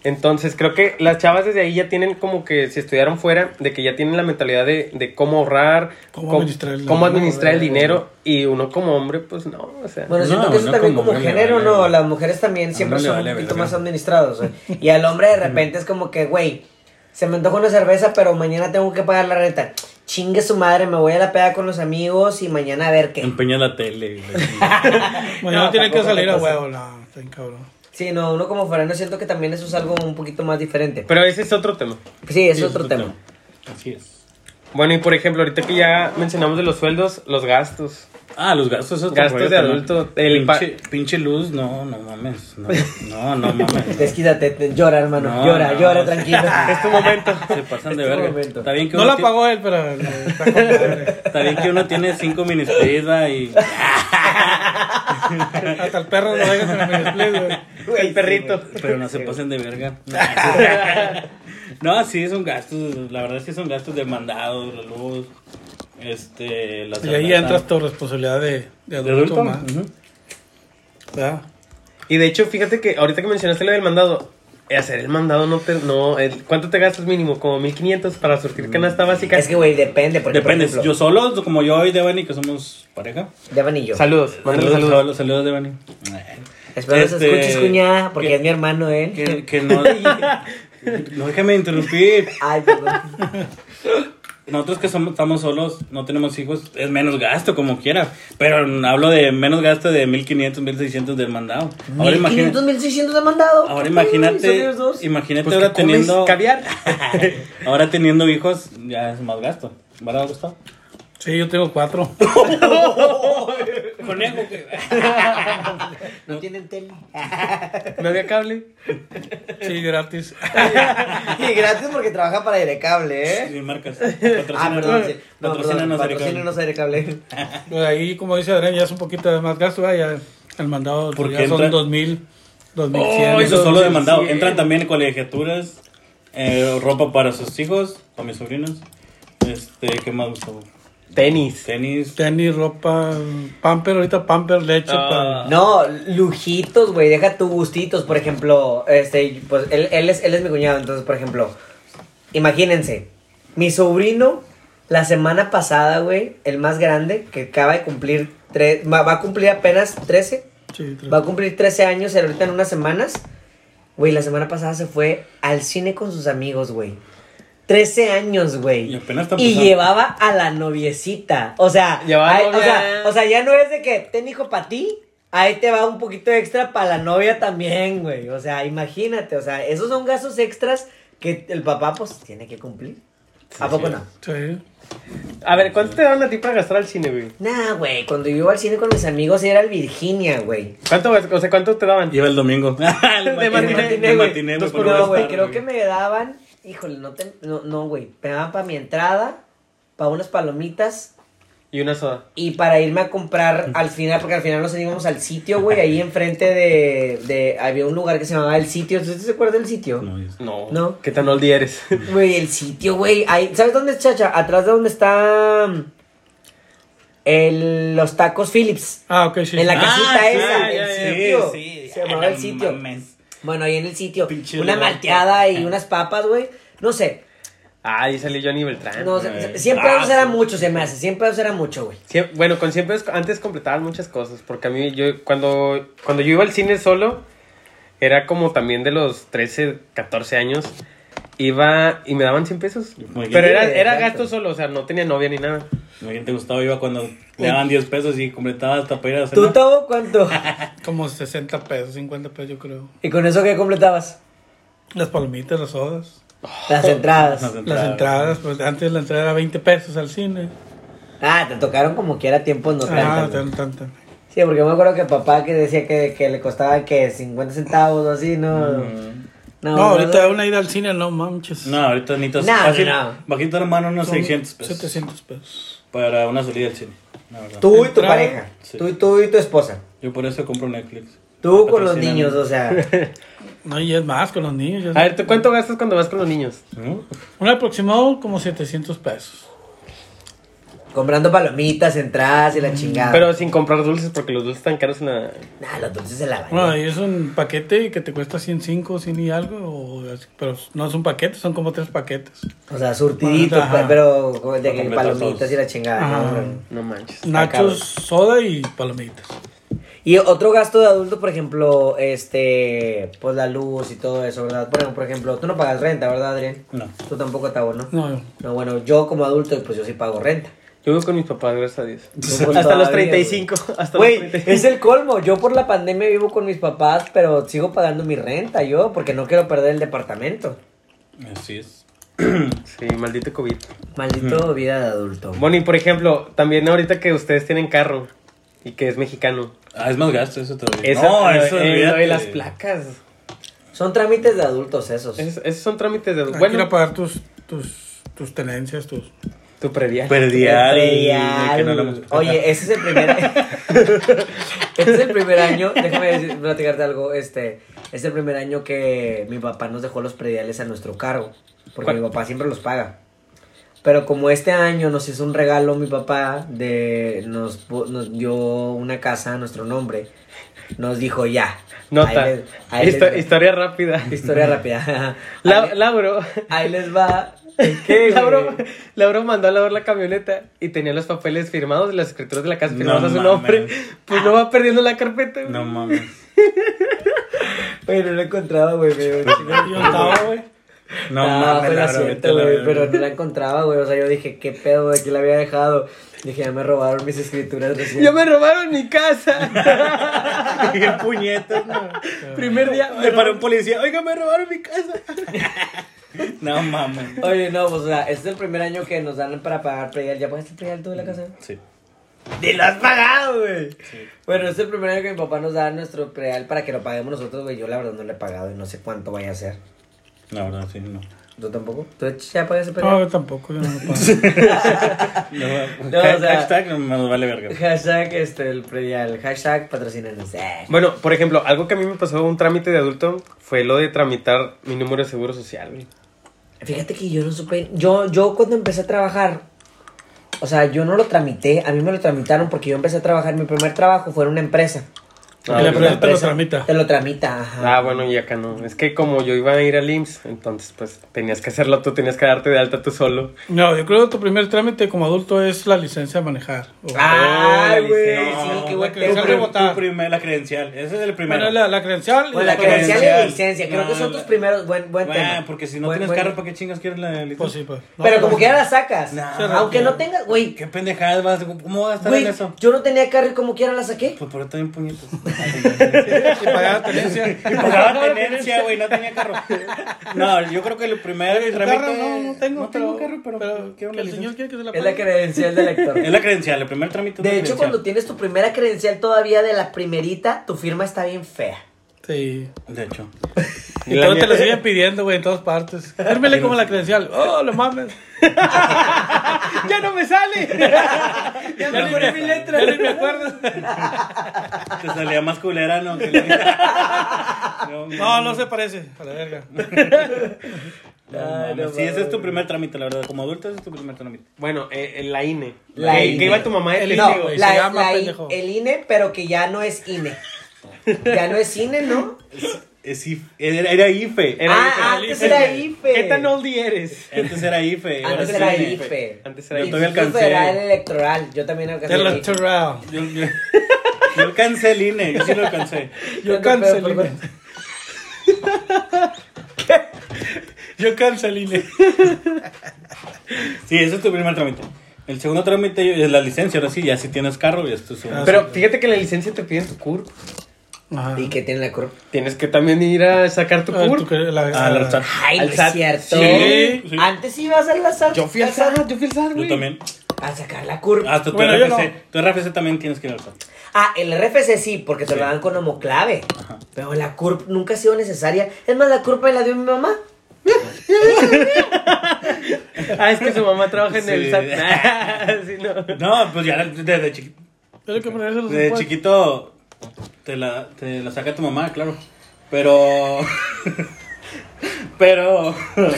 S2: Entonces, creo que las chavas desde ahí ya tienen como que, si estudiaron fuera, de que ya tienen la mentalidad de, de cómo ahorrar,
S4: Cómo
S2: cómo-
S4: administrar el- eh.
S2: cómo administrar el
S1: Cómo-
S2: dinero. Y uno como hombre, pues no, o sea.
S1: Bueno,
S3: No,
S1: siento que eso
S3: no
S1: también
S3: como
S1: como
S3: hombre le
S1: género,
S3: vale,
S1: ¿no?
S3: güey.
S1: Las mujeres también siempre
S3: Hombre le
S1: son
S3: vale,
S1: un poquito
S3: verga.
S1: más administrados. güey. Y al hombre de repente es como que, güey, se me antoja una cerveza, pero mañana tengo que pagar la renta. chingue su madre, me voy a la peda con los amigos y mañana a ver qué.
S3: Empeña la tele. güey.
S4: Mañana
S1: No,
S4: tiene que
S1: tampoco
S4: salir a
S1: pasa.
S4: huevo, no, está bien cabrón.
S1: Sí, no, uno como foráneo siento que también eso es algo un poquito más diferente.
S2: Pero ese es otro tema.
S1: Sí, es
S3: Sí,
S1: otro tema.
S3: Así es.
S2: Bueno, y por ejemplo, ahorita que ya mencionamos de los sueldos, los gastos.
S3: Ah, los gastos. es otro
S2: Gastos
S3: rollo
S2: de
S3: también.
S2: adulto, el pa-
S3: pinche, pinche luz, no, no mames. No, no, no mames. no.
S1: Desquídate, te- llora, hermano.
S3: No,
S1: llora,
S3: no.
S1: llora, tranquilo.
S2: Es tu momento.
S3: Se pasan de
S1: Este
S3: verga.
S1: momento.
S3: Está bien que
S4: No
S3: uno
S4: la
S3: ti-
S4: pagó él, pero no, está con madre.
S3: Está bien que uno tiene cinco ministerios va, y.
S4: Hasta el perro lo dejas en el minisplit, güey.
S1: Güey,
S2: el perrito.
S1: sí,
S3: Pero no se pasen de verga. No, sí, son gastos. La verdad, sí son gastos demandados, la luz. Este. La
S4: Y ahí
S3: cerveza.
S4: ya entras tu responsabilidad de, de
S3: ¿De
S4: adulto,
S3: adulto?
S4: más.
S3: Ujú.
S4: ¿verdad?
S2: Y de hecho, fíjate que ahorita que mencionaste lo del mandado, eh, hacer el mandado no te. No, el- ¿Cuánto te gastas mínimo? Como 1500 para surtir canasta básica.
S1: Mm, Es que, güey, depende. Porque,
S3: Depende.
S1: Por ejemplo,
S3: yo solo, como yo y Devani, que somos pareja.
S1: Devan y yo.
S2: Saludos, mándale
S3: Saludos, saludos,
S2: saludos.
S3: saludos, Devani.
S1: Espero que
S3: Este,
S1: se escuches, cuñada, porque
S3: que-
S1: es mi hermano, ¿eh?
S3: Que, que no. no déjame interrumpir.
S1: Ay, perdón.
S3: Nosotros que somos, estamos solos, no tenemos hijos, es menos gasto como quiera. Pero mm, hablo de menos gasto de 1500, 1600 del mandado. Ahora
S1: 1500,
S3: imagínate.
S1: 1600 demandado.
S3: Ahora imagínate, imagínate
S2: Pues, ¿qué
S3: ahora
S2: comes?
S3: teniendo
S2: caviar.
S3: ahora teniendo hijos, ya es más gasto. ¿Verdad, Gustavo?
S4: Sí, yo tengo cuatro.
S3: Conejo que
S1: No tienen tele.
S2: No había cable.
S4: Sí, gratis.
S1: y gratis porque trabaja para Direcable, ¿eh?
S3: sin marcas.
S1: Ah, perdón, sí. No, perdón,
S3: Patrocínanos,
S1: patrocínanos Aerecable.
S3: Ah.
S4: Pues ahí, como dice Adrián, ya es un poquito de más gasto, ¿verdad? ya el mandado
S3: Porque
S4: ya
S3: entra-
S4: son 2000, 2100.
S3: Oh,
S4: mil
S3: eso es solo
S2: sí,
S3: demandado.
S2: sí.
S3: Entran también colegiaturas, eh, ropa para sus hijos, para mis sobrinos. Este, ¿qué más, Gustavo?
S2: Tenis.
S3: Tenis.
S4: Tenis, ropa, pamper, ahorita pamper, leche.
S2: Ah.
S1: No, lujitos, güey, deja tu gustitos, por ejemplo, este, pues él, él es, él es mi cuñado, entonces, por ejemplo, imagínense, mi sobrino, la semana pasada, güey, el más grande, que acaba de cumplir, tre- va, va a cumplir apenas 13,
S4: pa- sí, tres.
S1: va a cumplir 13 años ahorita en unas semanas, güey, la semana pasada se fue al cine con sus amigos, güey. 13 años, güey.
S3: Y apenas está
S1: Y
S3: empezando.
S1: llevaba a la noviecita. O sea,
S2: Llevaba
S1: ay,
S2: novia.
S1: o, sea, o sea, ya no es de que ten hijo para ti. Ahí te va un poquito extra para la novia también, güey. O sea, imagínate. O sea, esos son gastos extras que el papá, pues, tiene que cumplir. ¿A poco
S3: sí.
S1: no?
S4: Sí.
S2: A ver, ¿cuánto te dan a ti para gastar al cine, güey?
S1: Nah, güey. Cuando yo iba al cine con mis amigos era el Virginia, güey.
S2: ¿Cuánto, o sea, ¿cuánto te daban?
S3: Lleva el domingo. el
S2: De
S1: El
S2: matiné,
S1: matiné,
S3: el
S1: güey.
S3: matiné,
S1: Dos
S3: por
S1: por-
S3: no
S1: No, güey,
S3: gastar,
S1: creo
S3: güey.
S1: que me daban, híjole, no, te- no, no, güey, me daban para mi entrada, para unas palomitas
S2: Y una soda.
S1: y para irme a comprar al final, porque al final nos íbamos al sitio, güey, ahí enfrente de, de, había un lugar que se llamaba El Sitio, ¿ustedes se acuerdan del sitio?
S3: No, es-
S2: No.
S1: No.
S2: ¿Qué tan oldie eres?
S1: Güey, el sitio, güey, ahí, ¿sabes dónde es Chacha? Atrás de donde está mm, el, los tacos Phillips.
S4: Ah, ok, sí.
S1: En la
S3: Ah,
S1: casita
S3: sí,
S1: esa,
S2: ya,
S1: el
S2: ya, ya.
S1: sitio.
S3: Sí, sí.
S1: Se llamaba
S3: Ah,
S1: el
S3: no
S1: sitio.
S3: mames.
S1: Bueno, ahí en el sitio.
S3: Pinche
S1: una
S3: lugar.
S1: malteada y unas papas, güey. No sé.
S2: Ah, ahí salió Johnny Beltrán.
S1: No,
S3: güey.
S1: sé, siempre
S3: Ah,
S1: eso era
S3: sí.
S1: mucho, se me hace. Siempre eso era mucho, güey.
S2: Siem- bueno, con siempre es- antes completaban muchas cosas, porque a mí yo cuando cuando yo iba al cine solo era como también de los 13, 14 años iba y me daban 100 pesos.
S3: Muy bien.
S2: Pero era era
S1: Exacto.
S2: gasto solo, o sea, no tenía novia ni nada.
S3: Imagínate, Gustavo iba cuando le daban 10 pesos y completaba hasta para ir a
S1: ¿Tú,
S3: cenar.
S1: Tavo, cuánto?
S4: Como 60 pesos, 50 pesos, yo creo.
S1: ¿Y con eso qué completabas?
S4: Las palomitas, las sodas,
S1: Las entradas.
S3: Las
S4: las entradas. Pues antes la entrada era 20 pesos al cine.
S1: Ah, te tocaron como que era tiempo no
S4: Ah,
S1: tanto.
S4: tan, tan, tan.
S1: Sí, porque me acuerdo que papá que decía que, que le costaba que 50 centavos o así, ¿no?
S4: No, ahorita una ida al cine, no manches.
S3: No, ahorita necesitas
S1: No, no,
S3: fácil,
S1: no.
S3: bajito la mano unos
S4: Son
S3: 600 pesos
S4: 700 pesos.
S3: para una salida al cine. la verdad.
S1: Tú y tu
S4: Entrada,
S1: pareja.
S3: sí.
S1: Tú, tú y tu esposa.
S3: Yo por eso compro Netflix.
S1: Tú con los
S3: Patrocíname.
S1: niños, o sea.
S4: No, y es más con los niños. ya es-
S2: A ver, ¿tú cuánto gastas cuando vas con los niños?
S3: ¿No?
S4: Un aproximado como 700 pesos.
S1: comprando palomitas, entradas y la chingada.
S2: Pero sin comprar dulces porque los dulces están caros en la
S1: Nah, los dulces se la
S4: Bueno,
S1: bañan.
S4: ahí es un paquete que te cuesta 105, 100 y algo, o así, pero no es un paquete, son como tres paquetes.
S1: O sea, surtidito,
S4: Ajá.
S1: pe- pero de que
S3: completar
S1: palomitas
S3: todos.
S1: y la chingada.
S4: Ajá.
S1: ¿no?
S2: No manches.
S4: Nachos, soda y palomitas.
S1: Y otro gasto de adulto, por ejemplo, este, pues la luz y todo eso, ¿verdad? Por ejemplo, por ejemplo tú no pagas renta, ¿verdad, Adrián?
S3: No.
S1: Tú tampoco, Tavo, ¿no?
S4: No, no.
S1: No, bueno, yo como adulto, pues yo sí pago renta.
S2: Yo vivo con mis papás, gracias a Dios.
S1: Yo, pues,
S2: Hasta
S1: todavía,
S2: los 35. Hasta los
S1: Güey,
S2: 35.
S1: es el colmo. Yo por la pandemia vivo con mis papás, pero sigo pagando mi renta yo, porque no quiero perder el departamento.
S3: Así es.
S2: Sí, maldito COVID.
S1: Maldito vida de adulto.
S2: Mm. Bueno, y por ejemplo, también ahorita que ustedes tienen carro y que es mexicano.
S3: Ah, es más gasto eso todavía.
S2: Esa,
S3: no, eso
S2: eh, lo
S3: olvídate.
S2: de las placas.
S1: Son trámites de adultos esos.
S2: Es- esos son trámites de.
S4: Bueno. Ir
S2: Bueno,
S4: a pagar tus, tus, tus tenencias, tus...
S2: tu previa.
S3: Pues, Perdial.
S1: Predial.
S3: que no hablamos.
S1: Oye, ese es el primer. este es el primer año. Déjame decir- platicarte algo. Este es el primer año que mi papá nos dejó los prediales a nuestro cargo. Porque
S2: ¿Cuál?
S1: mi papá siempre los paga. Pero como este año nos hizo un regalo mi papá de nos, pu- nos dio una casa a nuestro nombre, nos dijo ya.
S2: Nota.
S1: Ahí les- ahí les
S2: Histo-
S1: va.
S2: historia rápida.
S1: Historia rápida.
S2: La-
S1: ahí,
S2: Lauro.
S1: ahí les va.
S2: ¿Qué?
S1: güey?
S2: Lauro, Lauro mandó a lavar la camioneta y tenía los papeles firmados de las escrituras de la casa firmados
S3: No
S2: a su
S3: mames.
S2: nombre. Pues no va perdiendo la carpeta. güey.
S3: No mames.
S1: Pero no lo encontraba, güey. me dio un chingo de-
S3: No
S1: Ah,
S3: mames.
S1: fue la
S3: Laura, vete a
S1: siento,
S3: la
S1: güey,
S3: verga.
S1: pero no la encontraba, güey. O sea, yo dije, qué pedo, de aquí la había dejado. Dije, ya me robaron mis escrituras recién.
S2: Yo me robaron mi casa.
S3: Qué puñetas, no.
S2: Primer día.
S3: Me paró un policía. Oiga, me robaron mi casa. no mames.
S1: Oye, no, pues, o sea, este es el primer año que nos dan para pagar predial. ¿Ya pagaste el predial tú de la casa?
S3: Sí.
S1: ¡Ni lo has pagado, güey! Bueno, este es el primer año que mi papá nos da nuestro predial para que lo paguemos nosotros, güey. Yo la verdad no lo he pagado y no sé cuánto vaya a ser.
S3: La verdad, sí, no.
S1: ¿Tú tampoco? ¿Tú ya pagaste el
S4: No,
S1: predial?
S4: yo tampoco, yo no lo pago.
S3: no
S1: No, o sea-
S3: hashtag no nos vale verga.
S1: Hashtag, este, el predial. Hashtag patrocínanos. Eh.
S2: Bueno, por ejemplo, algo que a mí me pasó un trámite de adulto fue lo de tramitar mi número de seguro social, güey.
S1: Fíjate que yo no supe. Yo, yo cuando empecé a trabajar, o sea, yo no lo tramité. A mí me lo tramitaron porque yo empecé a trabajar. Mi primer trabajo fue en una empresa.
S4: Y la
S2: Ah,
S4: empresa
S1: Una
S4: te lo tramita.
S1: Te lo tramita, ajá.
S2: Ah, bueno, y acá no. Es que como yo iba a ir al IMSS, entonces pues tenías que hacerlo tú, tenías que darte de alta tú solo.
S4: No, yo creo que tu primer trámite como adulto es la licencia de manejar. O-
S1: Ay,
S2: Oh,
S1: güey.
S2: no,
S1: sí, qué buen
S4: que
S1: tema.
S4: sea
S3: Tu,
S4: rebotar.
S3: tu primer, la credencial. Ese es el primero.
S4: Bueno, la, la credencial. y
S1: Pues la
S4: otra-
S1: credencial y la
S3: credencial.
S1: licencia. Creo
S3: No,
S1: que son
S3: la-
S1: tus primeros. Buen, buen
S3: Bueno,
S1: tema.
S3: porque si no
S1: Buen-
S3: tienes
S1: buen-
S3: carro, ¿para qué chingas quieres la licencia?
S4: Pues sí, pues. No,
S1: Pero
S4: pues,
S1: como que ya la sacas.
S3: No.
S1: Aunque no tengas. Güey,
S3: ¿Qué pendejadas vas? ¿Cómo vas a estar
S1: güey,
S3: en eso?
S1: yo no tenía carro y como quiera la saqué.
S3: Pues por eso también puñetas.
S4: Y pagar la tenencia.
S3: Pagaba tenencia, güey, no tenía carro. No, yo creo que el primer trámite...
S4: Carro, no, no tengo,
S3: No tengo
S4: pero-
S3: carro, pero,
S4: pero
S3: quiero
S4: que
S3: una
S4: el señor
S3: licencia.
S4: quiere que se la
S1: Es la
S4: pague.
S1: credencial del lector.
S3: Es la credencial, el primer trámite es la
S1: De hecho,
S3: credencial.
S1: cuando tienes tu primera credencial todavía de la primerita, tu firma está bien fea.
S4: Sí.
S3: De hecho.
S4: Y luego te lo siguen pidiendo, güey, en todas partes. Fírmele como la credencial. ¡Oh, lo mames!
S2: ¡Ya no me sale!
S4: Ya no me mi letra. Ya ni me acuerdo.
S3: Te salía más culera, ¿no? Que la- No,
S4: No, no se parece. A la verga.
S1: Ay, no
S3: si ese es tu primer trámite, la verdad. Como adulto, ese es tu primer trámite.
S2: bueno, eh, eh, la INE.
S1: La E.
S2: Eh,
S1: INE.
S2: Que iba tu mamá de
S4: El
S2: testigo.
S4: INE, güey. se
S1: la-
S4: llama,
S1: la I-
S4: pendejo.
S1: el INE, pero que ya no es INE. Ya no es INE, ¿no?
S3: Es if- era, era IFE.
S2: Era
S1: ah,
S2: IFE,
S1: antes
S2: IFE.
S1: era IFE.
S2: ¿Qué tan oldie eres?
S3: Antes era IFE. ahora
S1: Antes
S3: es
S1: era
S3: INE.
S1: IFE.
S2: Antes era
S3: Yo
S2: IFE.
S3: todavía alcancé.
S1: Federal electoral. Yo también alcancé. el INE.
S4: Electoral.
S3: Yo, yo, yo alcancé el INE, yo sí lo alcancé.
S4: Yo
S1: Yo también,
S4: cancelé.
S1: perdón.
S4: Yo cancelé.
S3: Sí, ese es tu primer trámite. El segundo trámite es la licencia, ahora sí, ya si tienes carro, ya es tu segundo.
S2: Pero fíjate que en la licencia te piden tu CUR.
S4: Ajá.
S1: ¿Y que tiene la curva?
S2: Tienes que también ir a sacar tu
S4: Ah,
S2: CUR.
S4: tú que- la-
S3: Ah, la SAT.
S1: Ay, no
S2: Al
S1: es
S2: SAT.
S1: cierto.
S3: Sí, sí.
S1: Antes ibas al azar.
S2: Yo fui al SAT, yo fui al SAT,
S3: Yo
S2: güey.
S3: también. Ah,
S1: A sacar la curva.
S3: Hasta tu
S4: Bueno, yo
S3: RFC.
S4: no.
S3: Tu RFC también tienes que ir al SAT.
S1: Ah, el RFC sí, porque te lo dan con homoclave. Pero la curva nunca ha sido necesaria. Es más, la curva me la dio mi mamá.
S2: Ah, es que su mamá trabaja en el
S3: Sí.
S2: SAT. Ah, sí, no.
S3: No, pues ya desde, chiqui-
S4: Pero que ponerse los
S3: desde
S4: zapatos.
S3: chiquito te la, te la saca tu mamá, claro. Pero. Pero.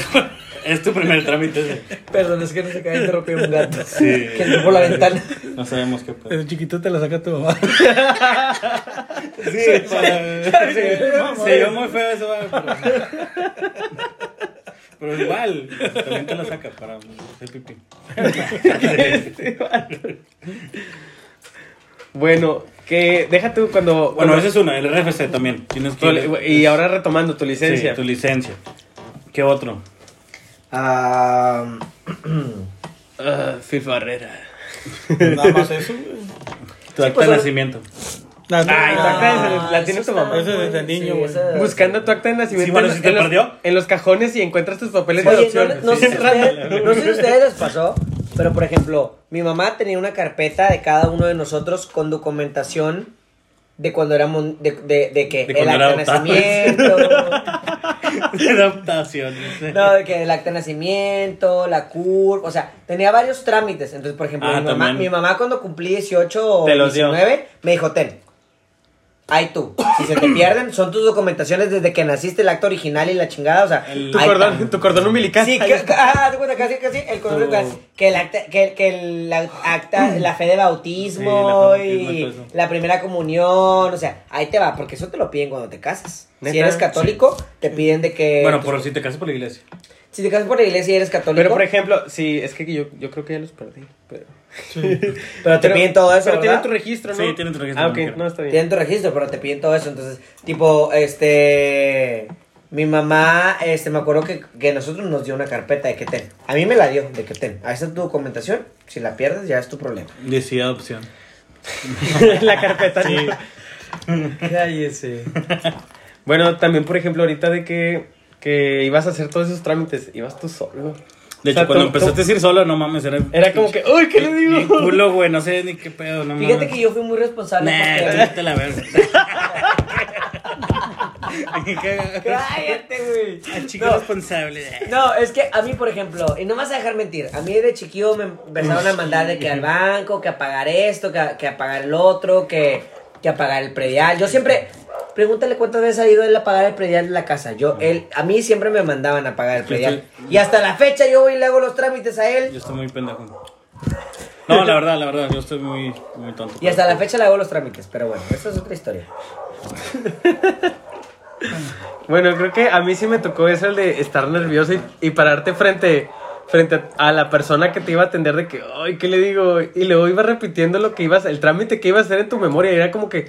S3: es tu primer trámite. sí.
S1: Perdón, es que no se cae interrumpir un gato.
S3: Sí.
S1: Que entró por la ventana.
S3: No sabemos qué pasa.
S4: Desde chiquito te la saca tu mamá.
S3: Sí, para- sí, se vio muy feo eso, va, pero... pero igual, también te la saca para hacer pipí.
S2: Bueno, Que deja tú cuando.
S3: Bueno,
S2: cuando-
S3: esa es una, el RFC también. Tienes
S2: tu li-
S3: que.
S2: y ahora retomando tu
S3: Sí,
S2: licencia.
S3: tu licencia. ¿Qué otro?
S1: Ah,
S2: Ah, Phil Barrera.
S4: Nada más eso, güey.
S3: Tu acta
S1: pues,
S3: de
S1: ahora-
S3: nacimiento.
S4: La-
S2: Ay,
S4: Ah,
S2: acá es- la tiene
S1: eso
S2: tu mamá.
S1: está
S4: Eso desde
S1: muy-
S4: niño, güey.
S1: esa-
S2: Buscando tu acta de nacimiento
S3: Sí, bueno,
S2: en-
S3: si te
S2: en, los,
S3: perdió.
S2: en los cajones y encuentras tus papeles de
S1: Oye, no,
S2: adopción.
S1: le- no sé si ustedes, no sé si a ustedes les pasó, pero por ejemplo, mi mamá tenía una carpeta de cada uno de nosotros con documentación de cuando éramos, de, de, de que
S3: De
S1: el
S3: cuando
S1: acta de
S3: era adoptado.
S1: nacimiento,
S3: Adaptación.
S1: no, de que el acta de nacimiento, la CURP, o sea, tenía varios trámites. Entonces, por ejemplo,
S3: Ah,
S1: mi, mamá,
S3: también.
S1: mi mamá cuando cumplí 18 o
S3: Te los dio.
S1: 19, me dijo, ten. Ahí tú, si se te pierden, son tus documentaciones desde que naciste el acta original y la chingada, o sea,
S3: El-
S2: Tu
S1: ahí está.
S2: cordón, tu cordón umbilical.
S1: Sí, ca- ca- ah, te cuenta, casi, casi, el color
S2: Todo.
S1: casi, que el acta, que, que el la- acta, la fe de bautismo
S3: Sí, la fe de bautismo y
S1: y
S3: todo eso.
S1: la primera comunión, o sea, ahí te va, porque eso te lo piden cuando te casas. Si
S2: ¿Neta?
S1: eres católico, te piden de que... pues
S3: Bueno,
S1: tus-
S3: pero si te casas por la iglesia.
S1: Si te casas por la iglesia y eres católico,
S2: Pero
S1: pero,
S2: por ejemplo, sí, es que yo, yo creo que ya los perdí. Pero,
S1: te
S2: pero-
S1: piden todo eso,
S2: Pero tienen
S1: ¿verdad?
S2: tu registro, ¿no?
S3: Sí, tienen tu registro,
S2: Ah,
S3: no creo.
S2: ok, no, está bien.
S1: Tienen tu registro, pero te piden todo eso, entonces, tipo, este... Mi mamá, este, me acuerdo que, que nosotros nos dio una carpeta de que ten. A mí me la dio, de que ten. Ahí está tu documentación, si la pierdes ya es tu problema.
S3: Decía adopción.
S2: la carpeta. Cállese. Bueno, también, por ejemplo, ahorita de que, que ibas a hacer todos esos trámites, ibas tú solo.
S3: De
S2: O sea,
S3: hecho, cuando
S2: tú-
S3: empezaste a decir solo, no mames, era.
S2: Era como que, uy, ¿qué le
S3: Bien
S2: digo?
S3: culo, güey, no sé ni qué pedo, no
S1: Fíjate
S3: mames.
S1: que yo fui muy responsable. porque-
S3: Nah, tú te la verga.
S1: Cállate, güey.
S3: Al chico
S1: No.
S3: responsable.
S1: No, es que a mí, por ejemplo, y no me vas a dejar mentir, a mí de chiquillo me empezaron a mandar de que al banco, que a pagar esto, que a, que a pagar el otro, que, que a pagar el predial. Yo siempre, pregúntale cuántas veces ha ido él a pagar el predial de la casa. Yo, él, a mí siempre me mandaban a pagar el predial. Y hasta la fecha yo voy y le hago los trámites a
S3: Yo
S1: él.
S3: estoy muy pendejo. No, la verdad, la verdad, yo estoy muy, muy tonto.
S1: Y hasta la fecha le hago los trámites, pero bueno, eso es otra historia.
S2: Bueno, creo que a mí sí me tocó eso, el de estar nervioso y, y pararte frente, frente a la persona que te iba a atender de que, ay, ¿qué le digo? Y luego iba repitiendo lo que ibas, el trámite que ibas a hacer en tu memoria. Y era como que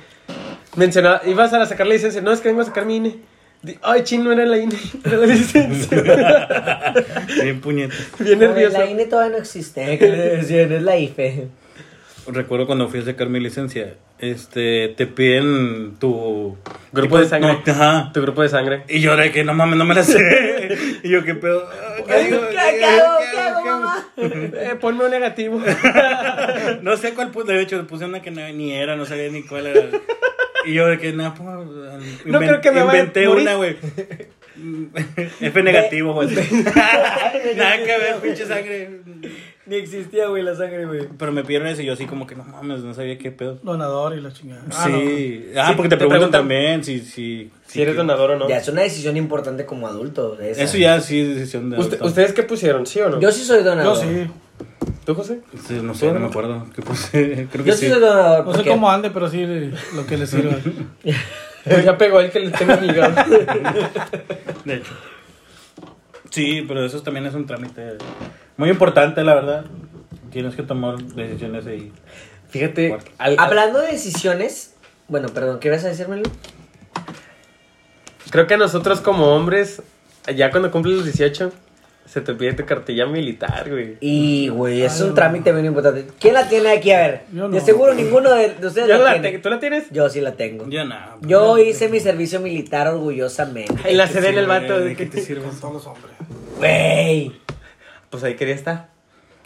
S2: mencionaba, ibas a sacar la licencia, no, es que vengo a sacar mi INE. Di, Ay, ching, no era la INE, era la licencia.
S3: Bien puñeta.
S2: Bien
S1: Joder,
S2: nervioso.
S1: La INE todavía no existe, ¿eh? ¿qué le decían? Es la E. IFE.
S3: Recuerdo cuando fui a sacar mi licencia, este, te piden tu
S2: Grupo de sangre.
S3: no,
S1: E.
S3: ajá.
S2: Tu grupo de sangre.
S3: Y yo de que no mames, no me la sé. y yo qué pedo.
S1: ¿Qué hago? ¿Qué hago? ¿Qué hago, mamá?
S2: Eh, ponme un negativo.
S3: No sé cuál puse, de hecho puse una que no- ni era, no sabía ni cuál era. Y yo de que nada, pues,
S2: No creo que me vaya a
S3: inventé
S2: morir.
S3: una, güey. F negativo, güey. nada que ver, pinche sangre.
S1: Ni existía, güey, la sangre, güey.
S3: Pero me pidieron eso y yo así como que no mames, no sabía qué pedo.
S4: Donador y la chingada. Ah, no.
S3: sí. Ah,
S2: Sí,
S3: porque te,
S2: te
S3: preguntan,
S2: preguntan-
S3: también si, si,
S2: Si eres donador o no.
S1: Ya, es una decisión importante como adulto. esa.
S3: Eso ya sí es decisión de
S2: Usted-
S3: adulto.
S2: ¿Ustedes qué pusieron? ¿Sí o no?
S1: Yo sí soy
S4: Yo
S1: donador.
S4: sí.
S2: ¿Tú, José?
S3: Sí, No sé, no me acuerdo. ¿Qué puse? Creo que
S1: Yo sí
S3: sí.
S1: soy donador.
S4: No sé
S1: porque-
S4: cómo ande, pero sí lo que le sirve.
S2: Pues ya pegó el que le tengo ligado.
S3: De hecho. Sí, pero eso también es un trámite muy importante, la verdad. Tienes que tomar decisiones ahí.
S2: Fíjate,
S3: Cuarto.
S2: al-
S1: Hablando de decisiones. Bueno, perdón, ¿qué ibas a decirme, Lu?
S2: creo que a nosotros como hombres, ya cuando cumples los 18, se te pide tu cartilla militar, güey.
S1: Y, güey, es un trámite bien importante. ¿Quién la tiene aquí? A ver.
S4: Ah, Yo
S1: De
S4: no.
S1: seguro ninguno de, de ustedes
S2: Yo
S1: la
S2: la
S1: tiene.
S2: te- ¿Tú la tienes?
S1: Yo sí la tengo.
S3: Ya nada.
S1: Yo hice mi servicio militar orgullosamente.
S2: En la sede en el vato.
S3: pues, ¿De
S2: de
S3: qué
S2: que-
S3: te sirve?
S4: Todos los hombres.
S1: Güey.
S2: Pues ahí quería estar.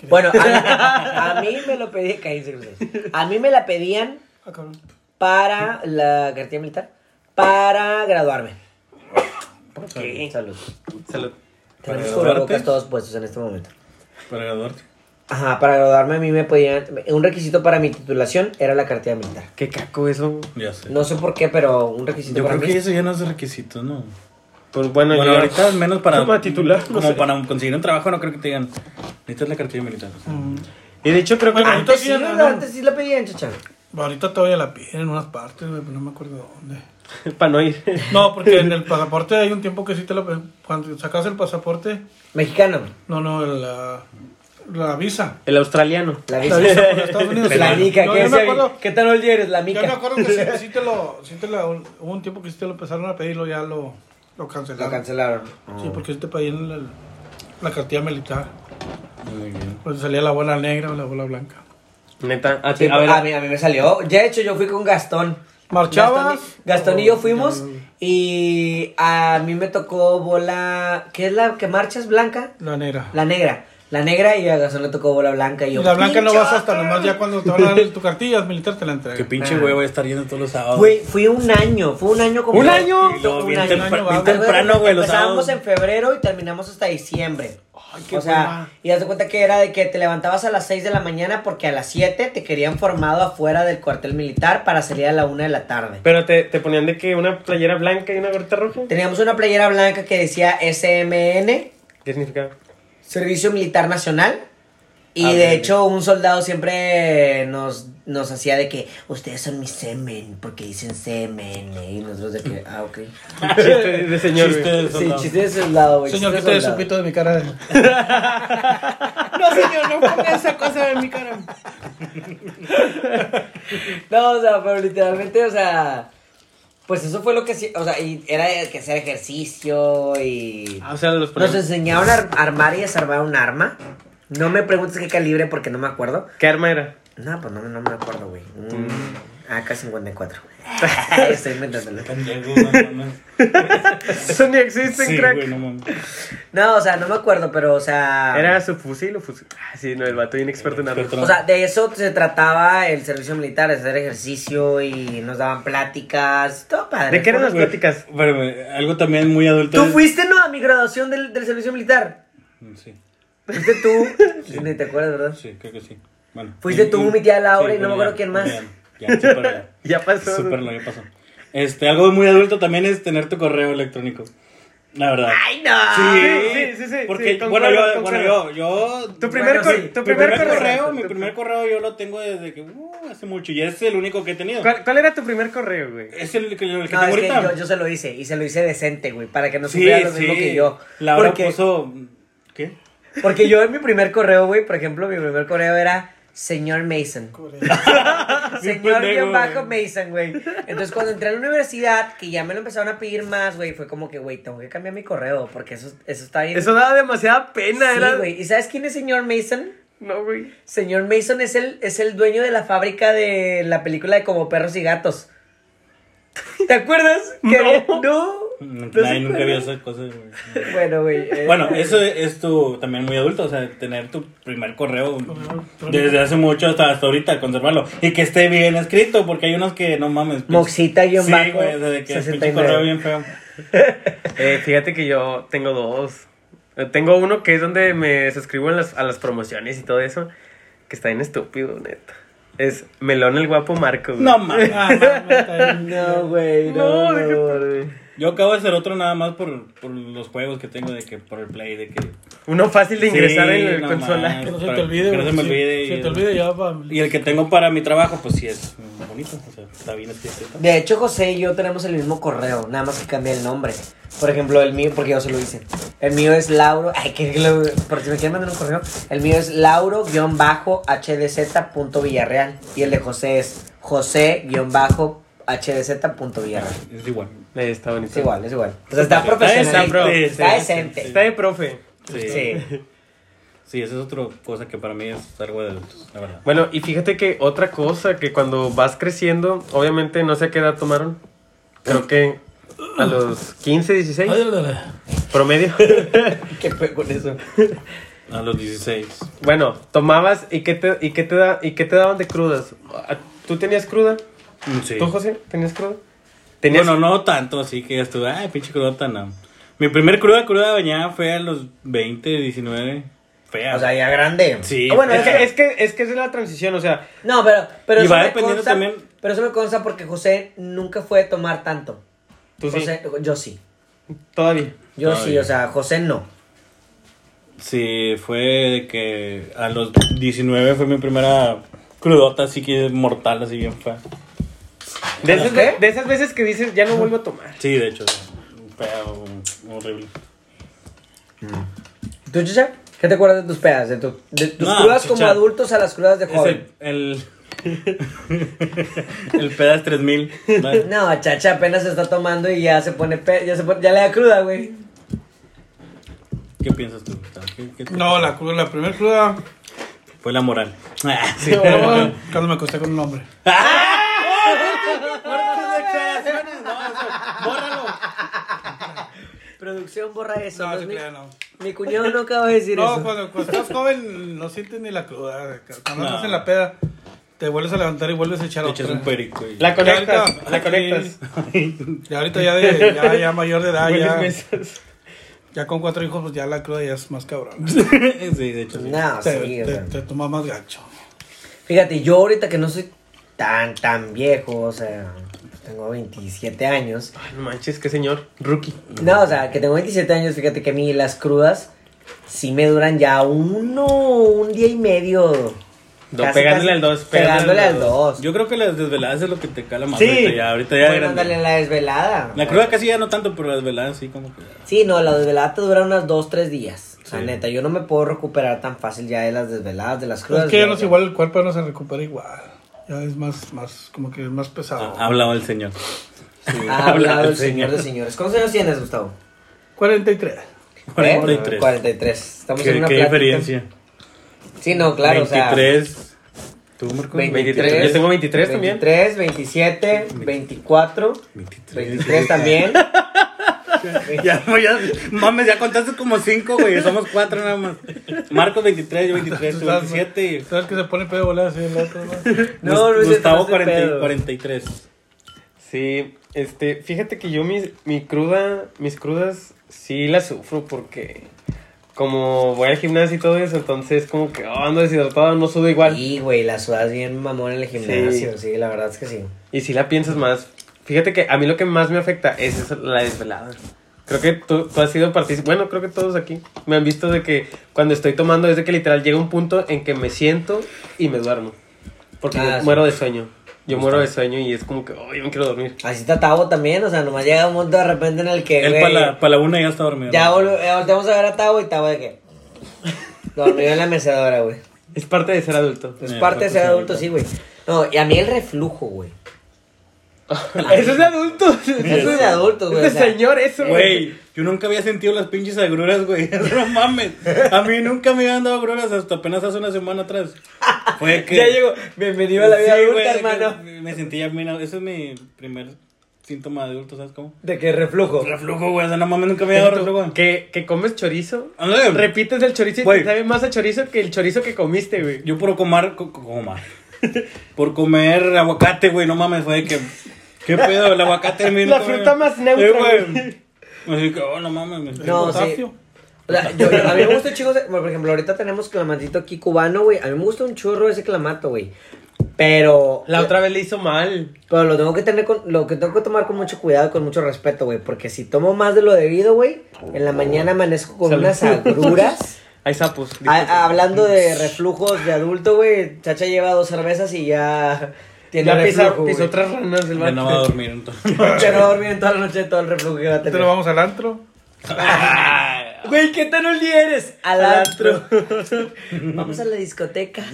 S1: Bueno, a, a mí me lo pedí. cállense, ustedes. A mí me la pedían
S4: Ah, cabrón.
S1: para la cartilla militar. Para graduarme.
S3: qué?
S1: Salud.
S2: Salud.
S1: Tenemos
S3: graduarte?
S1: cubrebocas todos puestos en este momento.
S3: Para graduarte.
S1: Ajá, para graduarme a mí me podían... Un requisito para mi titulación era la cartilla militar.
S2: Qué caco eso.
S3: Ya sé.
S1: No sé por qué, pero un requisito
S3: Yo
S1: para
S3: creo
S1: mí...
S3: que eso ya no es requisito, ¿no?
S2: Pues bueno,
S3: Bueno,
S2: yo-
S3: ahorita al menos para.
S2: Como titular, no
S3: Como
S2: sé.
S3: para conseguir un trabajo, no creo que te digan. Necesitas la cartilla militar. o sea.
S4: Mm.
S2: Y de hecho creo que...
S4: Bueno,
S1: Antes sí,
S4: Entonces,
S1: ¿verdad?
S4: ¿no?
S1: antes sí la pedían, chacha.
S4: Ahorita todavía la piden en unas partes, güey, pero no me acuerdo dónde.
S2: para no ir.
S4: No, porque en el pasaporte hay un tiempo que sí te lo... Cuando sacas el pasaporte...
S1: Mexicano.
S4: No, no, el, ah, la visa.
S2: El australiano.
S1: La
S4: La
S1: visa.
S4: visa por Estados Unidos.
S1: La mica,
S4: No,
S1: ¿qué,
S4: yo
S1: es
S4: me
S1: ahí?
S4: acuerdo,
S1: ¿Qué tal hoy eres? La
S4: yo
S1: mica.
S4: me acuerdo que sí, sí te lo, sí te lo- hubo un tiempo que sí te lo empezaron a pedir y luego ya lo, lo
S1: Lo Ah.
S4: cancelaron.
S1: cancelaron.
S4: Sí, porque sí te pedían la, la cartilla militar.
S3: Muy bien.
S4: Pues salía la bola negra o la bola blanca.
S2: Neta.
S3: A ti,
S1: Sí,
S3: Ah, a ver,
S1: a, mí, a mí me salió. Ya de hecho, yo fui con Gastón.
S4: ¿Marchabas?
S1: Gastón y, Gastón y
S4: ¿O
S1: yo fuimos.
S4: ya?
S1: Y a mí me tocó bola. ¿Qué es la que marchas blanca?
S4: La negra.
S1: La negra. La negra y a Gastón le tocó bola blanca. Y
S4: Y
S1: yo.
S4: la blanca no
S1: ¡pinche
S4: vas hasta
S1: vato!
S4: nomás ya cuando te van a dar tu cartilla militar te la
S3: qué
S4: entregan.
S1: Ah.
S3: pinche güey voy a estar yendo todos los sábados.
S1: Güey, fui un año. Fue un año como.
S2: ¿Un año?
S3: Y luego
S1: Un
S3: bien,
S1: año,
S3: tempra-
S1: un año,
S3: bien
S1: va,
S3: temprano, güey, los
S1: Empezábamos
S3: sábados.
S1: en febrero y terminamos hasta diciembre.
S4: qué
S1: o sea,
S4: hueva.
S1: y haz de cuenta que era de que te levantabas a las 6 de la mañana porque a las 7 te querían formado afuera del cuartel militar para salir a la 1 de la tarde.
S2: Pero te, te ponían de que una playera blanca y una gorrita roja.
S1: Teníamos una playera blanca que decía SMN,
S2: ¿Qué significaba?
S1: Servicio Militar Nacional. Y
S2: Ah,
S1: de
S2: bien,
S1: hecho, un soldado siempre nos, nos hacía de que ustedes son mis semen, porque dicen semen. eh, Y nosotros de
S2: Mm.
S1: que, ah, ok.
S2: Chiste de señor.
S3: Chiste
S2: güey.
S3: de
S1: Sí,
S3: soldado.
S1: chiste de soldado, güey.
S4: Señor,
S1: chiste
S4: ¿qué
S1: de
S4: te
S1: soldado.
S4: supito de mi cara?
S3: No, señor, no ponga esa cosa en mi cara.
S1: No, o sea, pero literalmente, o sea. Pues eso fue lo que. sí- O sea, y era que hacer ejercicio y.
S2: Ah, O sea, los
S1: Nos
S2: ponían.
S1: enseñaron a ar- armar y desarmar un arma. No me preguntes qué calibre porque no me acuerdo.
S2: ¿Qué arma era?
S1: No, pues no, no me acuerdo, güey. Un
S2: Mm.
S1: AK-54. Estoy inventándolo.
S3: Pendejo, no mames.
S2: Eso ni existen,
S3: Sí,
S2: crack.
S3: güey, no mames.
S1: No, o sea, no me acuerdo, pero, o sea...
S2: ¿Era su fusil o fusil? Ah, sí, no, el vato bien experto en armas.
S3: Experto
S1: O sea, de eso se trataba el servicio militar, hacer ejercicio y nos daban pláticas, todo padre.
S2: ¿De qué eran las
S3: Güey,
S2: pláticas?
S3: Pero, güey, algo también muy adulto.
S1: ¿Tú
S3: es- Mm,
S1: fuiste, no, a mi graduación del, del servicio militar?
S3: Sí,
S1: ¿Fuiste tú? Ni te acuerdas, ¿verdad?
S3: sí, creo que sí. Bueno.
S1: Fuiste
S3: Y-
S1: tú,
S3: y-
S1: mi tía Laura,
S3: sí,
S1: y no me
S3: bueno,
S1: acuerdo quién más.
S3: Ya, ya, súper-
S2: Ya pasó.
S3: Súper lo que pasó. Este, algo muy adulto también es tener tu correo electrónico. La verdad.
S1: ¡Ay, no!
S2: Sí, sí, sí, sí,
S3: Porque,
S2: sí,
S3: bueno,
S2: concuerdo,
S3: yo, bueno,
S2: concuerdo.
S3: yo, yo-
S2: Tu primer,
S1: Bueno,
S2: cor-
S1: sí.
S2: tu
S3: mi
S2: primer, correo.
S3: mi
S2: tu-
S3: primer correo yo lo tengo desde que, uh, hace mucho. Y es el único que he tenido.
S2: ¿Cuál, cuál era tu primer correo, güey?
S3: Es el que, el que
S1: No,
S3: tengo
S1: es que
S3: ahorita.
S1: yo, yo se lo hice, y se lo hice decente, güey, para que no
S3: sí,
S1: supiera lo
S3: sí.
S1: mismo que yo.
S3: Laura
S1: Porque-
S3: puso, ¿qué?
S1: Porque yo en mi primer correo, güey, por ejemplo, mi primer correo era señor Mason. señor
S3: pendejo,
S1: guión bajo
S3: güey.
S1: Mason, güey. Entonces cuando entré a la universidad, que ya me lo empezaron a pedir más, güey, fue como que, güey, tengo que cambiar mi correo, porque eso, eso está bien.
S2: Eso daba demasiada pena,
S1: sí,
S2: era.
S1: güey. ¿Y sabes quién es señor Mason?
S2: No, güey.
S1: Señor Mason es el, es el dueño de la fábrica de la película de Como Perros y Gatos. ¿Te acuerdas? Que-
S2: No.
S1: no.
S3: Nadie
S1: Pues ¿No se
S3: nunca vio
S1: acuerdan?
S3: esas cosas, güey.
S1: Bueno, güey. eh,
S3: Bueno, eso es tu también muy adulto, o sea, tener tu primer correo desde hace mucho hasta, hasta ahorita, conservarlo. Y que esté bien escrito, porque hay unos que no mames. pinche-
S1: Moxita guión
S3: Sí,
S1: bajo,
S3: güey, o sea, de que es pinche
S1: 69.
S3: correo bien feo.
S2: Eh, fíjate que yo tengo dos. Eh, Tengo uno que es donde me suscribo en las- a las promociones y todo eso. Que está bien estúpido, neta. Es Melón el Guapo Marco, güey.
S3: No mames.
S4: Ah,
S1: No, güey. No,
S2: No, deja-
S1: no, güey.
S3: Yo acabo de hacer otro nada más por, por los juegos que tengo, de que por el play, de que.
S2: Uno fácil de ingresar
S3: Sí,
S2: en
S3: no
S2: la consola.
S3: mames.
S4: Que no se
S3: Para
S4: te olvide.
S3: que no se me
S4: güey. Sí,
S3: olvide y-
S4: Se te olvide ya va.
S3: Y el que tengo para mi trabajo, pues sí es bonito, o sea, está bien escrito.
S1: De hecho, José y yo tenemos el mismo correo, nada más que cambia el nombre. Por ejemplo, el mío, porque yo se lo hice. El mío es Lauro. Ay, que lo- por si me quieren mandar un correo. El mío es lauro-hdz.villarreal. Y el de José es josé-hdz.villarreal.
S3: Es igual.
S2: Eh, está bonito.
S1: Es igual, es igual. O sea, está
S3: Está
S1: profesional.
S3: decente,
S1: Está,
S3: está
S1: decente.
S2: Está de profe.
S3: Sí. sí.
S1: Sí.
S3: esa es otra cosa que para mí es algo de adultos, la verdad.
S2: Bueno, y fíjate que otra cosa, que cuando vas creciendo, obviamente no sé a qué edad tomaron. Creo que a los 15, 16, promedio.
S1: Qué fue con eso.
S3: A los 16.
S2: Bueno, tomabas y qué te, y qué te, da, y qué te daban de crudas. Ah, ¿Tú tenías cruda?
S3: Mm, Sí.
S2: ¿Tú, José, tenías cruda? ¿Tenías
S3: Bueno, no tanto, así que ya estuve, ay, pinche crudota, no. Mi primer cruda, cruda bañada fue a los 20, 19. Fea.
S1: O sea, ya grande.
S3: Sí.
S1: Ah, bueno,
S2: es,
S1: es
S2: que, es, que, es que es la transición, o sea,
S1: No, pero, pero
S3: Y
S1: eso
S3: va
S1: me
S3: dependiendo
S1: consta-
S3: también-
S1: Pero eso me consta porque José nunca fue a tomar tanto.
S2: tú sí,
S1: José- Yo sí.
S2: todavía.
S1: Yo
S3: Todavía.
S1: sí, o sea, José no.
S3: Sí, fue de que a los 19 fue mi primera crudota, así que mortal, así bien fea.
S2: De esas,
S1: ¿Qué?
S2: de esas veces que dices, ya no vuelvo a tomar.
S3: Sí, de hecho, fea, horrible.
S1: ¿Tú, Chucha? ¿Qué te acuerdas de tus pedas? De, tu- de tus
S3: No,
S1: crudas como
S3: chicha.
S1: adultos a las crudas de
S3: Es
S1: joven.
S3: el. El, el pedas 3000. ¿vale?
S1: No, chacha apenas se está tomando y ya se pone, pe- ya, se pone- ya le da cruda, güey.
S3: ¿Qué piensas tú? Gustavo? ¿Qué- qué te-
S4: No, la, cruda- la primera cruda.
S3: Fue la moral. Ah, sí.
S4: no, Cuando me acosté con un hombre.
S3: Bórralo.
S1: Producción, borra eso.
S4: No,
S1: no
S4: se
S1: es mi,
S4: crea, no.
S1: mi cuñado no acaba de decir
S4: No, pues,
S1: eso.
S4: cuando, cuando estás joven no sientes ni la cruda. Cuando
S3: No.
S4: estás en la peda, te vuelves a levantar y vuelves a echar
S3: Te echas
S4: otra.
S3: un perico. y-
S2: La
S4: Ya
S2: conectas,
S4: ahorita-
S2: la conectas.
S4: Y ahorita ya, de, ya, ya mayor de edad,
S2: Hueles
S4: ya,
S2: mesas.
S4: ya con cuatro hijos, pues ya la cruda ya es más cabrón.
S3: sí, de hecho. sí.
S1: No,
S4: te,
S1: Ah, sí,
S4: te-
S1: o sea.
S4: te toma más gancho.
S1: Fíjate, yo ahorita que no soy tan, tan viejo, o sea, pues tengo 27 años.
S2: Ay, No manches, qué señor. Rookie.
S1: No, o sea, que tengo 27 años, fíjate que a mí las crudas sí me duran ya uno, un día y medio.
S2: Do- pegándole al dos,
S1: Pegándole
S2: pegándole
S1: al
S2: al
S1: dos.
S3: Yo creo que las desveladas es lo que te cala más.
S1: Sí.
S3: Ahorita ya, ahorita ya.
S1: Bueno,
S3: grande.
S1: ándale, la desvelada.
S3: La cruda casi ya no tanto, pero las veladas sí como que.
S1: Sí, no, la desvelada te dura unas dos, tres días. O sea,
S3: Sí.
S1: neta, yo no me puedo recuperar tan fácil ya de las desveladas, de las crudas.
S4: Es Pues que ya no
S1: güey.
S4: es igual, el cuerpo ya no se recupera igual. Ya es más, más como que más pesado.
S3: Ha hablado el señor.
S1: Ha Ah, hablado
S3: Habla
S1: el señor de señores. ¿Cuántos años tienes, Gustavo?
S3: ah.
S4: 43.
S1: ¿Eh?
S3: 43.
S1: 43. Estamos en
S3: ¿Qué,
S1: una
S3: qué
S1: plática.
S3: diferencia?
S1: Sí, no, claro, o sea.
S3: 23. ¿Tú, Marco?
S1: 23.
S2: Yo tengo 23 también.
S1: 23, 27, 24,
S3: 23.
S1: 23 también.
S3: Ya, güey, ya, mames, ya contaste como 5, güey. Somos 4 nada más. Marcos 23, yo 23, tú 27 y.
S4: ¿Sabes que se pone pedo volar así el otro? no?
S1: No,
S3: Gust-
S1: no es
S3: Gustavo
S1: cierto, no es de
S3: 40
S1: pedo.
S3: 43.
S2: Sí, este, fíjate que yo mis, mi cruda, mis crudas sí las sufro porque como voy al gimnasio y todo eso, entonces como que oh, ando deshidratado, no sudo igual.
S1: Y, güey, la sudas bien mamón en el gimnasio. Sí, la verdad es que sí.
S2: Y si la piensas más, fíjate que a mí lo que más me afecta es esa- la desvelada. Creo que tú, tú has sido partícipe, bueno, creo que todos aquí me han visto de que cuando estoy tomando es de que literal llega un punto en que me siento y me duermo. Porque
S1: Ah,
S2: yo
S1: sí.
S2: muero de sueño. Yo muero de sueño y es como que, oh, yo me quiero dormir.
S1: Así está Tavo también, o sea, nomás llega un momento de repente en el que,
S3: Él
S1: Eh, güey,
S3: para la, pa' la una ya está dormido.
S1: ya vol- eh, volteamos a ver a Tavo y Tavo de que dormido en la mecedora, güey.
S2: Es parte de ser adulto.
S1: Es
S3: Eh,
S1: parte de ser
S3: sí,
S1: adulto, sí, güey. No, y a mí el reflujo, güey.
S2: Eso es de adultos.
S1: Eso es de adultos, güey. o
S2: Ese
S1: sea,
S2: señor, eso,
S3: Güey, yo nunca había sentido las pinches agruras, güey. No mames. A mí nunca me habían dado agruras hasta apenas hace una semana atrás. Fue que.
S1: Ya llegó. Bienvenido a la vida
S3: Sí,
S1: adulta,
S3: güey, de que
S1: hermano.
S3: Me sentía bien. Ese es mi primer síntoma de adulto, ¿sabes cómo?
S1: De que reflujo.
S3: Reflujo, güey. O sea, no mames, nunca me había dado reflujo.
S2: Que, que comes chorizo.
S3: Ándale.
S2: Repites el chorizo y
S3: Güey.
S2: te sabe más a chorizo que el chorizo que comiste, güey.
S3: Yo por comer, co- co- comer. por comer aguacate, güey, no mames, fue de que qué pedo, el aguacate es mi-
S2: La fruta más neutra, güey.
S3: Eh, Así que, oh, no mames, me
S1: No,
S4: Potasio.
S1: O sea, yo- yo- a mí me gusta chicos, por ejemplo, ahorita tenemos clamatito aquí cubano, güey. A mí me gusta un churro ese clamato, güey. Pero
S2: La otra vez le hizo mal.
S1: pero lo tengo que tener con lo que tengo que tomar con mucho cuidado, y con mucho respeto, güey, porque si tomo más de lo debido, güey, en la mañana amanezco con
S2: Salud.
S1: unas agruras.
S2: Hay sapos.
S1: A- a- hablando de reflujos de adulto, güey, Chacha lleva dos cervezas y ya tiene
S2: Ya pisa-
S1: reflujo,
S2: pisó
S1: güey.
S2: otras ranas del
S3: Ya no va a
S2: vato.
S3: dormir entonces.
S1: Ya no va a dormir en toda la noche de todo el reflujo que va a
S4: Te
S1: tener.
S4: lo vamos al antro.
S1: Güey, ¿qué tan oldie eres? Al
S2: Al
S1: antro. Vamos a la discoteca.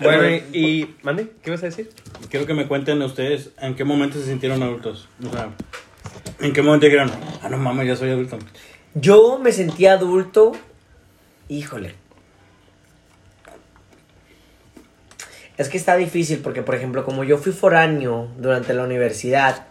S2: Bueno, y, y- ¿Mande? ¿Qué vas a decir?
S3: Quiero que me cuenten ustedes en qué momento se sintieron adultos. O sea, en qué momento dijeron, ah, no mames, ya soy adulto.
S1: Yo me sentí adulto. Híjole. Es que está difícil porque, por ejemplo, como yo fui foráneo durante la universidad,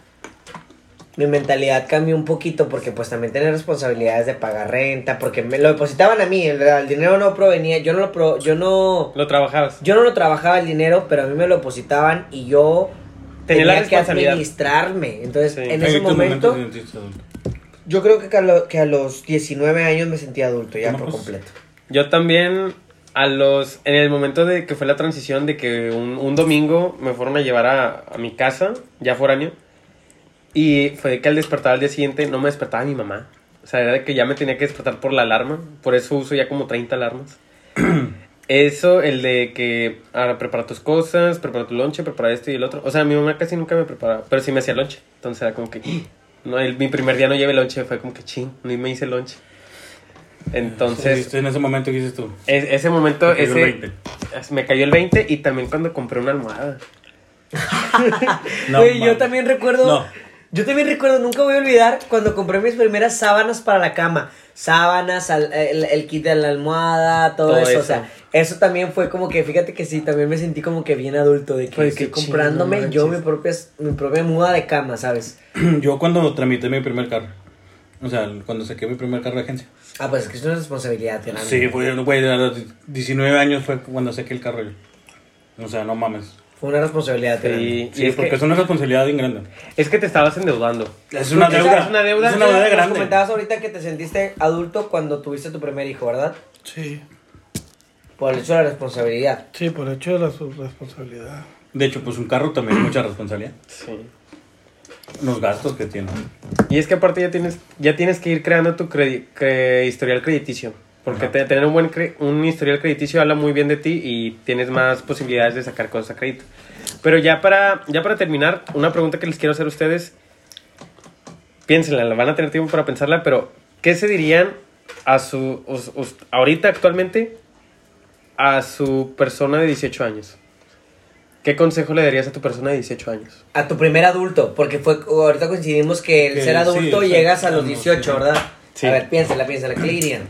S1: mi mentalidad cambió un poquito porque pues también tenía responsabilidades de pagar renta, porque me lo depositaban a mí, el, el dinero no provenía, yo no lo pro- yo no
S2: Lo trabajabas.
S1: yo no lo trabajaba el dinero, pero a mí me lo depositaban y yo
S2: Tenía la
S1: tenía que
S2: responsabilidad.
S1: administrarme. Entonces,
S2: Sí.
S1: en
S3: ¿En
S1: ese
S3: qué momento
S1: momento,
S3: te sentiste adulto?
S1: yo creo que a, lo- que a los 19 años me sentí adulto ya
S3: ¿Cómo
S1: por
S3: pues?
S1: completo.
S2: Yo también a los... En el momento de que fue la transición de que un, un domingo me fueron a llevar a, a mi casa, ya foráneo, y fue de que al despertar al día siguiente no me despertaba mi mamá. O sea, era de que ya me tenía que despertar por la alarma, por eso uso ya como 30 alarmas. Eso, el de que ahora prepara tus cosas, prepara tu lonche, prepara esto y el otro. O sea, mi mamá casi nunca me preparaba, pero sí me hacía lonche. Entonces era como que, "Ah". no, el- mi primer día no llevé lonche, fue como que ching, ni me hice lonche. Entonces,
S3: en ese momento que dices tú.
S2: es- ese momento,
S3: Te cayó
S2: ese,
S3: el 20.
S2: me cayó el 20 y también cuando compré una almohada.
S3: No,
S1: Güey, yo
S3: mames.
S1: también recuerdo.
S3: No.
S1: Yo también recuerdo, nunca voy a olvidar cuando compré mis primeras sábanas para la cama. Sábanas, al- el, el kit de la almohada, todo,
S2: Todo
S1: eso. O
S2: eso.
S1: sea, eso también fue como que, fíjate que sí, también me sentí como que bien adulto, de que
S2: Pues
S1: estoy
S2: qué chido,
S1: comprándome
S2: no
S1: yo mi
S2: manches.
S1: propia, mi propia muda de cama, ¿sabes?
S3: Yo cuando tramité mi primer carro. O sea, cuando saqué mi primer carro de agencia.
S1: Ah, pues es que es una responsabilidad, tío. la neta.
S3: Sí, fue, güey, a los 19 años fue cuando saqué el carro yo. O sea, no mames.
S1: Fue una responsabilidad, tío. la neta.
S2: Y, y
S3: Sí,
S2: es,
S3: porque
S2: que,
S3: es una responsabilidad bien grande.
S2: es que te estabas endeudando.
S3: Es una
S1: Porque,
S3: deuda.
S1: ¿sabes?
S2: Es una deuda.
S3: Es una
S1: Nos
S3: deuda grande.
S1: comentabas ahorita que te sentiste adulto cuando tuviste tu primer hijo, ¿verdad?
S4: Sí,
S1: Por el hecho de la responsabilidad.
S4: sí, por hecho de la su- responsabilidad.
S3: De hecho, pues un carro también es mucha responsabilidad.
S2: Sí.
S3: Los gastos que tiene.
S2: Y es que aparte ya tienes, ya tienes que ir creando tu credi- cre- historial crediticio. Porque
S3: Ajá.
S2: te- tener un buen cre- un historial crediticio habla muy bien de ti y tienes más posibilidades de sacar cosas a crédito. Pero ya para, ya para terminar, una pregunta que les quiero hacer a ustedes. Piénsenla, la van a tener tiempo para pensarla, pero ¿qué se dirían a su os- os- ahorita actualmente a su persona de 18 años? ¿Qué consejo le darías a tu persona de 18 años?
S1: A tu primer adulto, porque fue ahorita coincidimos que el
S3: Que
S1: ser
S3: sí,
S1: adulto
S3: sí,
S1: llegas a
S3: sí,
S1: los
S3: sí.
S1: 18, ¿verdad?
S2: Sí.
S1: A ver, piénsala, piénsala, ¿qué le dirían?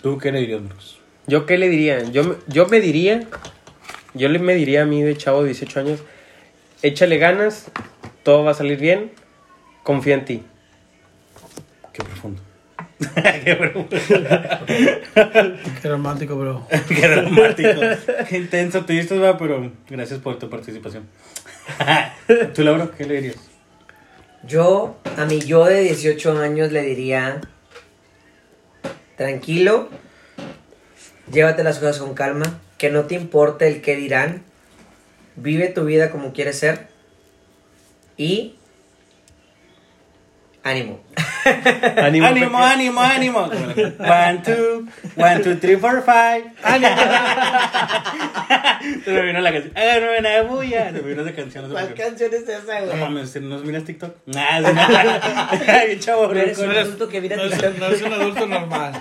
S3: ¿Tú qué le dirías, Marcos?
S2: ¿Yo qué le diría? Yo, me- yo me diría, yo le, me diría a mí de chavo de 18 años, échale ganas, todo va a salir bien, confía en ti.
S3: Qué profundo.
S4: Qué romántico, bro.
S3: Qué dramático. Qué intenso te diste, va, pero gracias por tu participación. ¿Tú, Laura, qué le dirías?
S1: Yo, a mi yo de 18 años le diría, tranquilo, llévate las cosas con calma, que no te importe el qué dirán, vive tu vida como quieres ser y ánimo.
S2: Ánimo,
S3: Ánimo,
S2: Pepe.
S3: ánimo, ánimo. One, two, one, two, three, four, five. Ánimo. Se me vino la canción. Háganme una bulla. Se me vino esa canción. No, sé por qué.
S1: canciones es esa,
S3: no mames, ¿nos miras TikTok? Nada, Ay, chavo,
S1: No eres un
S3: bronco.
S1: adulto que mira
S4: No
S1: TikTok.
S4: es, no es un adulto normal.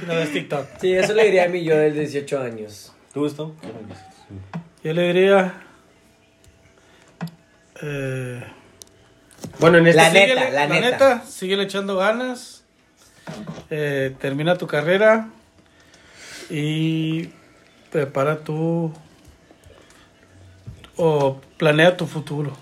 S4: Si no ves TikTok.
S1: Sí, eso le diría a mi yo de 18 años.
S3: ¿Te gustó?
S4: Yo le diría. Eh,
S2: Bueno, en este
S1: La
S2: sí-
S1: neta,
S4: síguele-
S1: la neta.
S4: síguele echando ganas. eh, termina tu carrera. Y prepara tu. O planea tu futuro.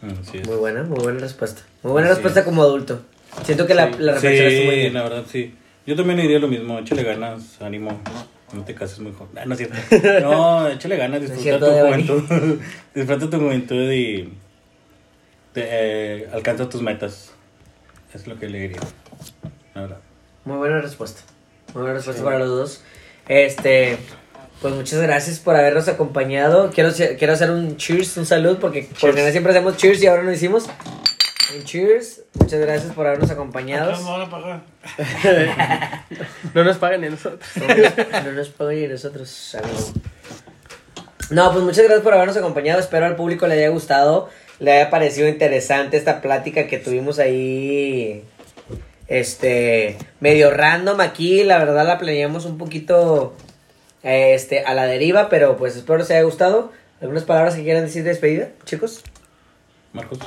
S3: Mm, Sí,
S1: Muy buena, muy buena respuesta. Muy buena
S3: Sí.
S1: respuesta como adulto. Siento que la, la reflexión estuvo muy
S3: sí
S1: bien.
S3: la verdad, sí. Yo también le diría lo mismo. Échale ganas, ánimo. No te cases muy joven. Ah, no es cierto. No, échale ganas,
S1: es
S3: disfruta
S1: cierto, Devani.
S3: tu juventud. disfruta tu juventud y te, eh, alcanza tus metas. Es lo que le diría. La verdad.
S1: Muy buena respuesta. Muy buena respuesta para los dos. Este, pues muchas gracias por habernos acompañado. Quiero, hacer- quiero hacer un cheers, un salud, porque por lo general siempre hacemos cheers y ahora no hicimos. Un cheers. Muchas gracias por habernos acompañado.
S2: no nos pagan a nosotros.
S1: no nos pagan ni nosotros, amigo. No, pues muchas gracias por habernos acompañado. Espero al público le haya gustado, le haya parecido interesante esta plática que tuvimos ahí. Este, medio random aquí. La verdad la planeamos un poquito eh, este, a la deriva, pero pues espero les haya gustado. ¿Algunas palabras que quieran decir de despedida, chicos?
S3: Marcos.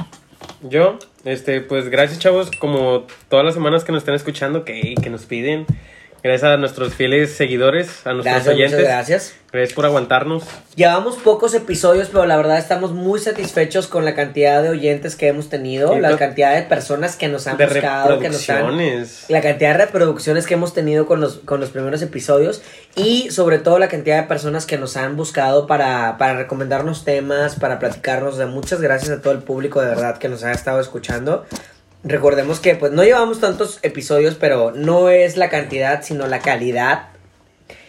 S2: Yo, este, pues gracias chavos, como todas las semanas que nos están escuchando, que, que nos piden. Gracias a nuestros fieles seguidores, a nuestros
S1: Gracias,
S2: oyentes.
S1: muchas gracias.
S2: Gracias por aguantarnos.
S1: Llevamos pocos episodios, pero la verdad estamos muy satisfechos con la cantidad de oyentes que hemos tenido,
S2: Y
S1: la
S2: to-
S1: cantidad de personas que nos han
S2: de
S1: buscado, que nos han
S2: reproducciones.
S1: La cantidad de reproducciones que hemos tenido con los, con los primeros episodios y sobre todo la cantidad de personas que nos han buscado para, para recomendarnos temas, para platicarnos. de muchas gracias a todo el público de verdad que nos ha estado escuchando. Recordemos que pues no llevamos tantos episodios, pero no es la cantidad, sino la calidad.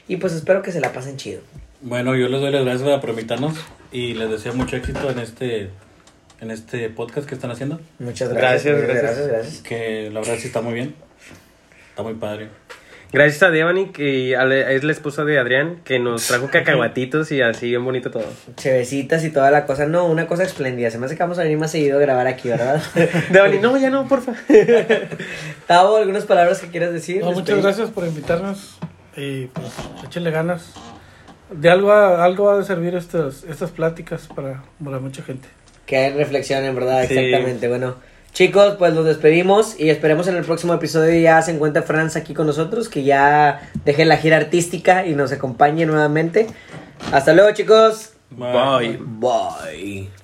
S1: Y pues espero que se la pasen chido.
S3: Bueno, yo les doy las gracias por invitarnos y les deseo mucho éxito en este, en este podcast que están haciendo.
S1: Muchas
S2: Gracias,
S1: gracias.
S2: gracias.
S1: gracias, gracias.
S3: Que la verdad sí está muy bien. Está muy padre.
S2: Gracias a Devani, que a la- es la esposa de Adrián, que nos trajo cacahuatitos y así bien bonito todo.
S1: Chevecitas y toda la cosa. No, una cosa espléndida. Se me hace que vamos a venir más seguido a grabar aquí, ¿verdad?
S2: Devani, no, ya no, porfa.
S1: Tavo, ¿algunas palabras que quieras decir? este,
S4: No, muchas
S1: Despedir.
S4: gracias por invitarnos y pues échenle ganas. De algo a, algo ha de servir estas, estas pláticas para, para mucha gente.
S1: Que reflexionen, ¿verdad?
S2: Sí.
S1: Exactamente. Bueno, chicos, pues los despedimos y esperemos en el próximo episodio ya se encuentre Franz aquí con nosotros, que ya deje la gira artística y nos acompañe nuevamente. Hasta luego, chicos.
S2: Bye.
S1: Bye.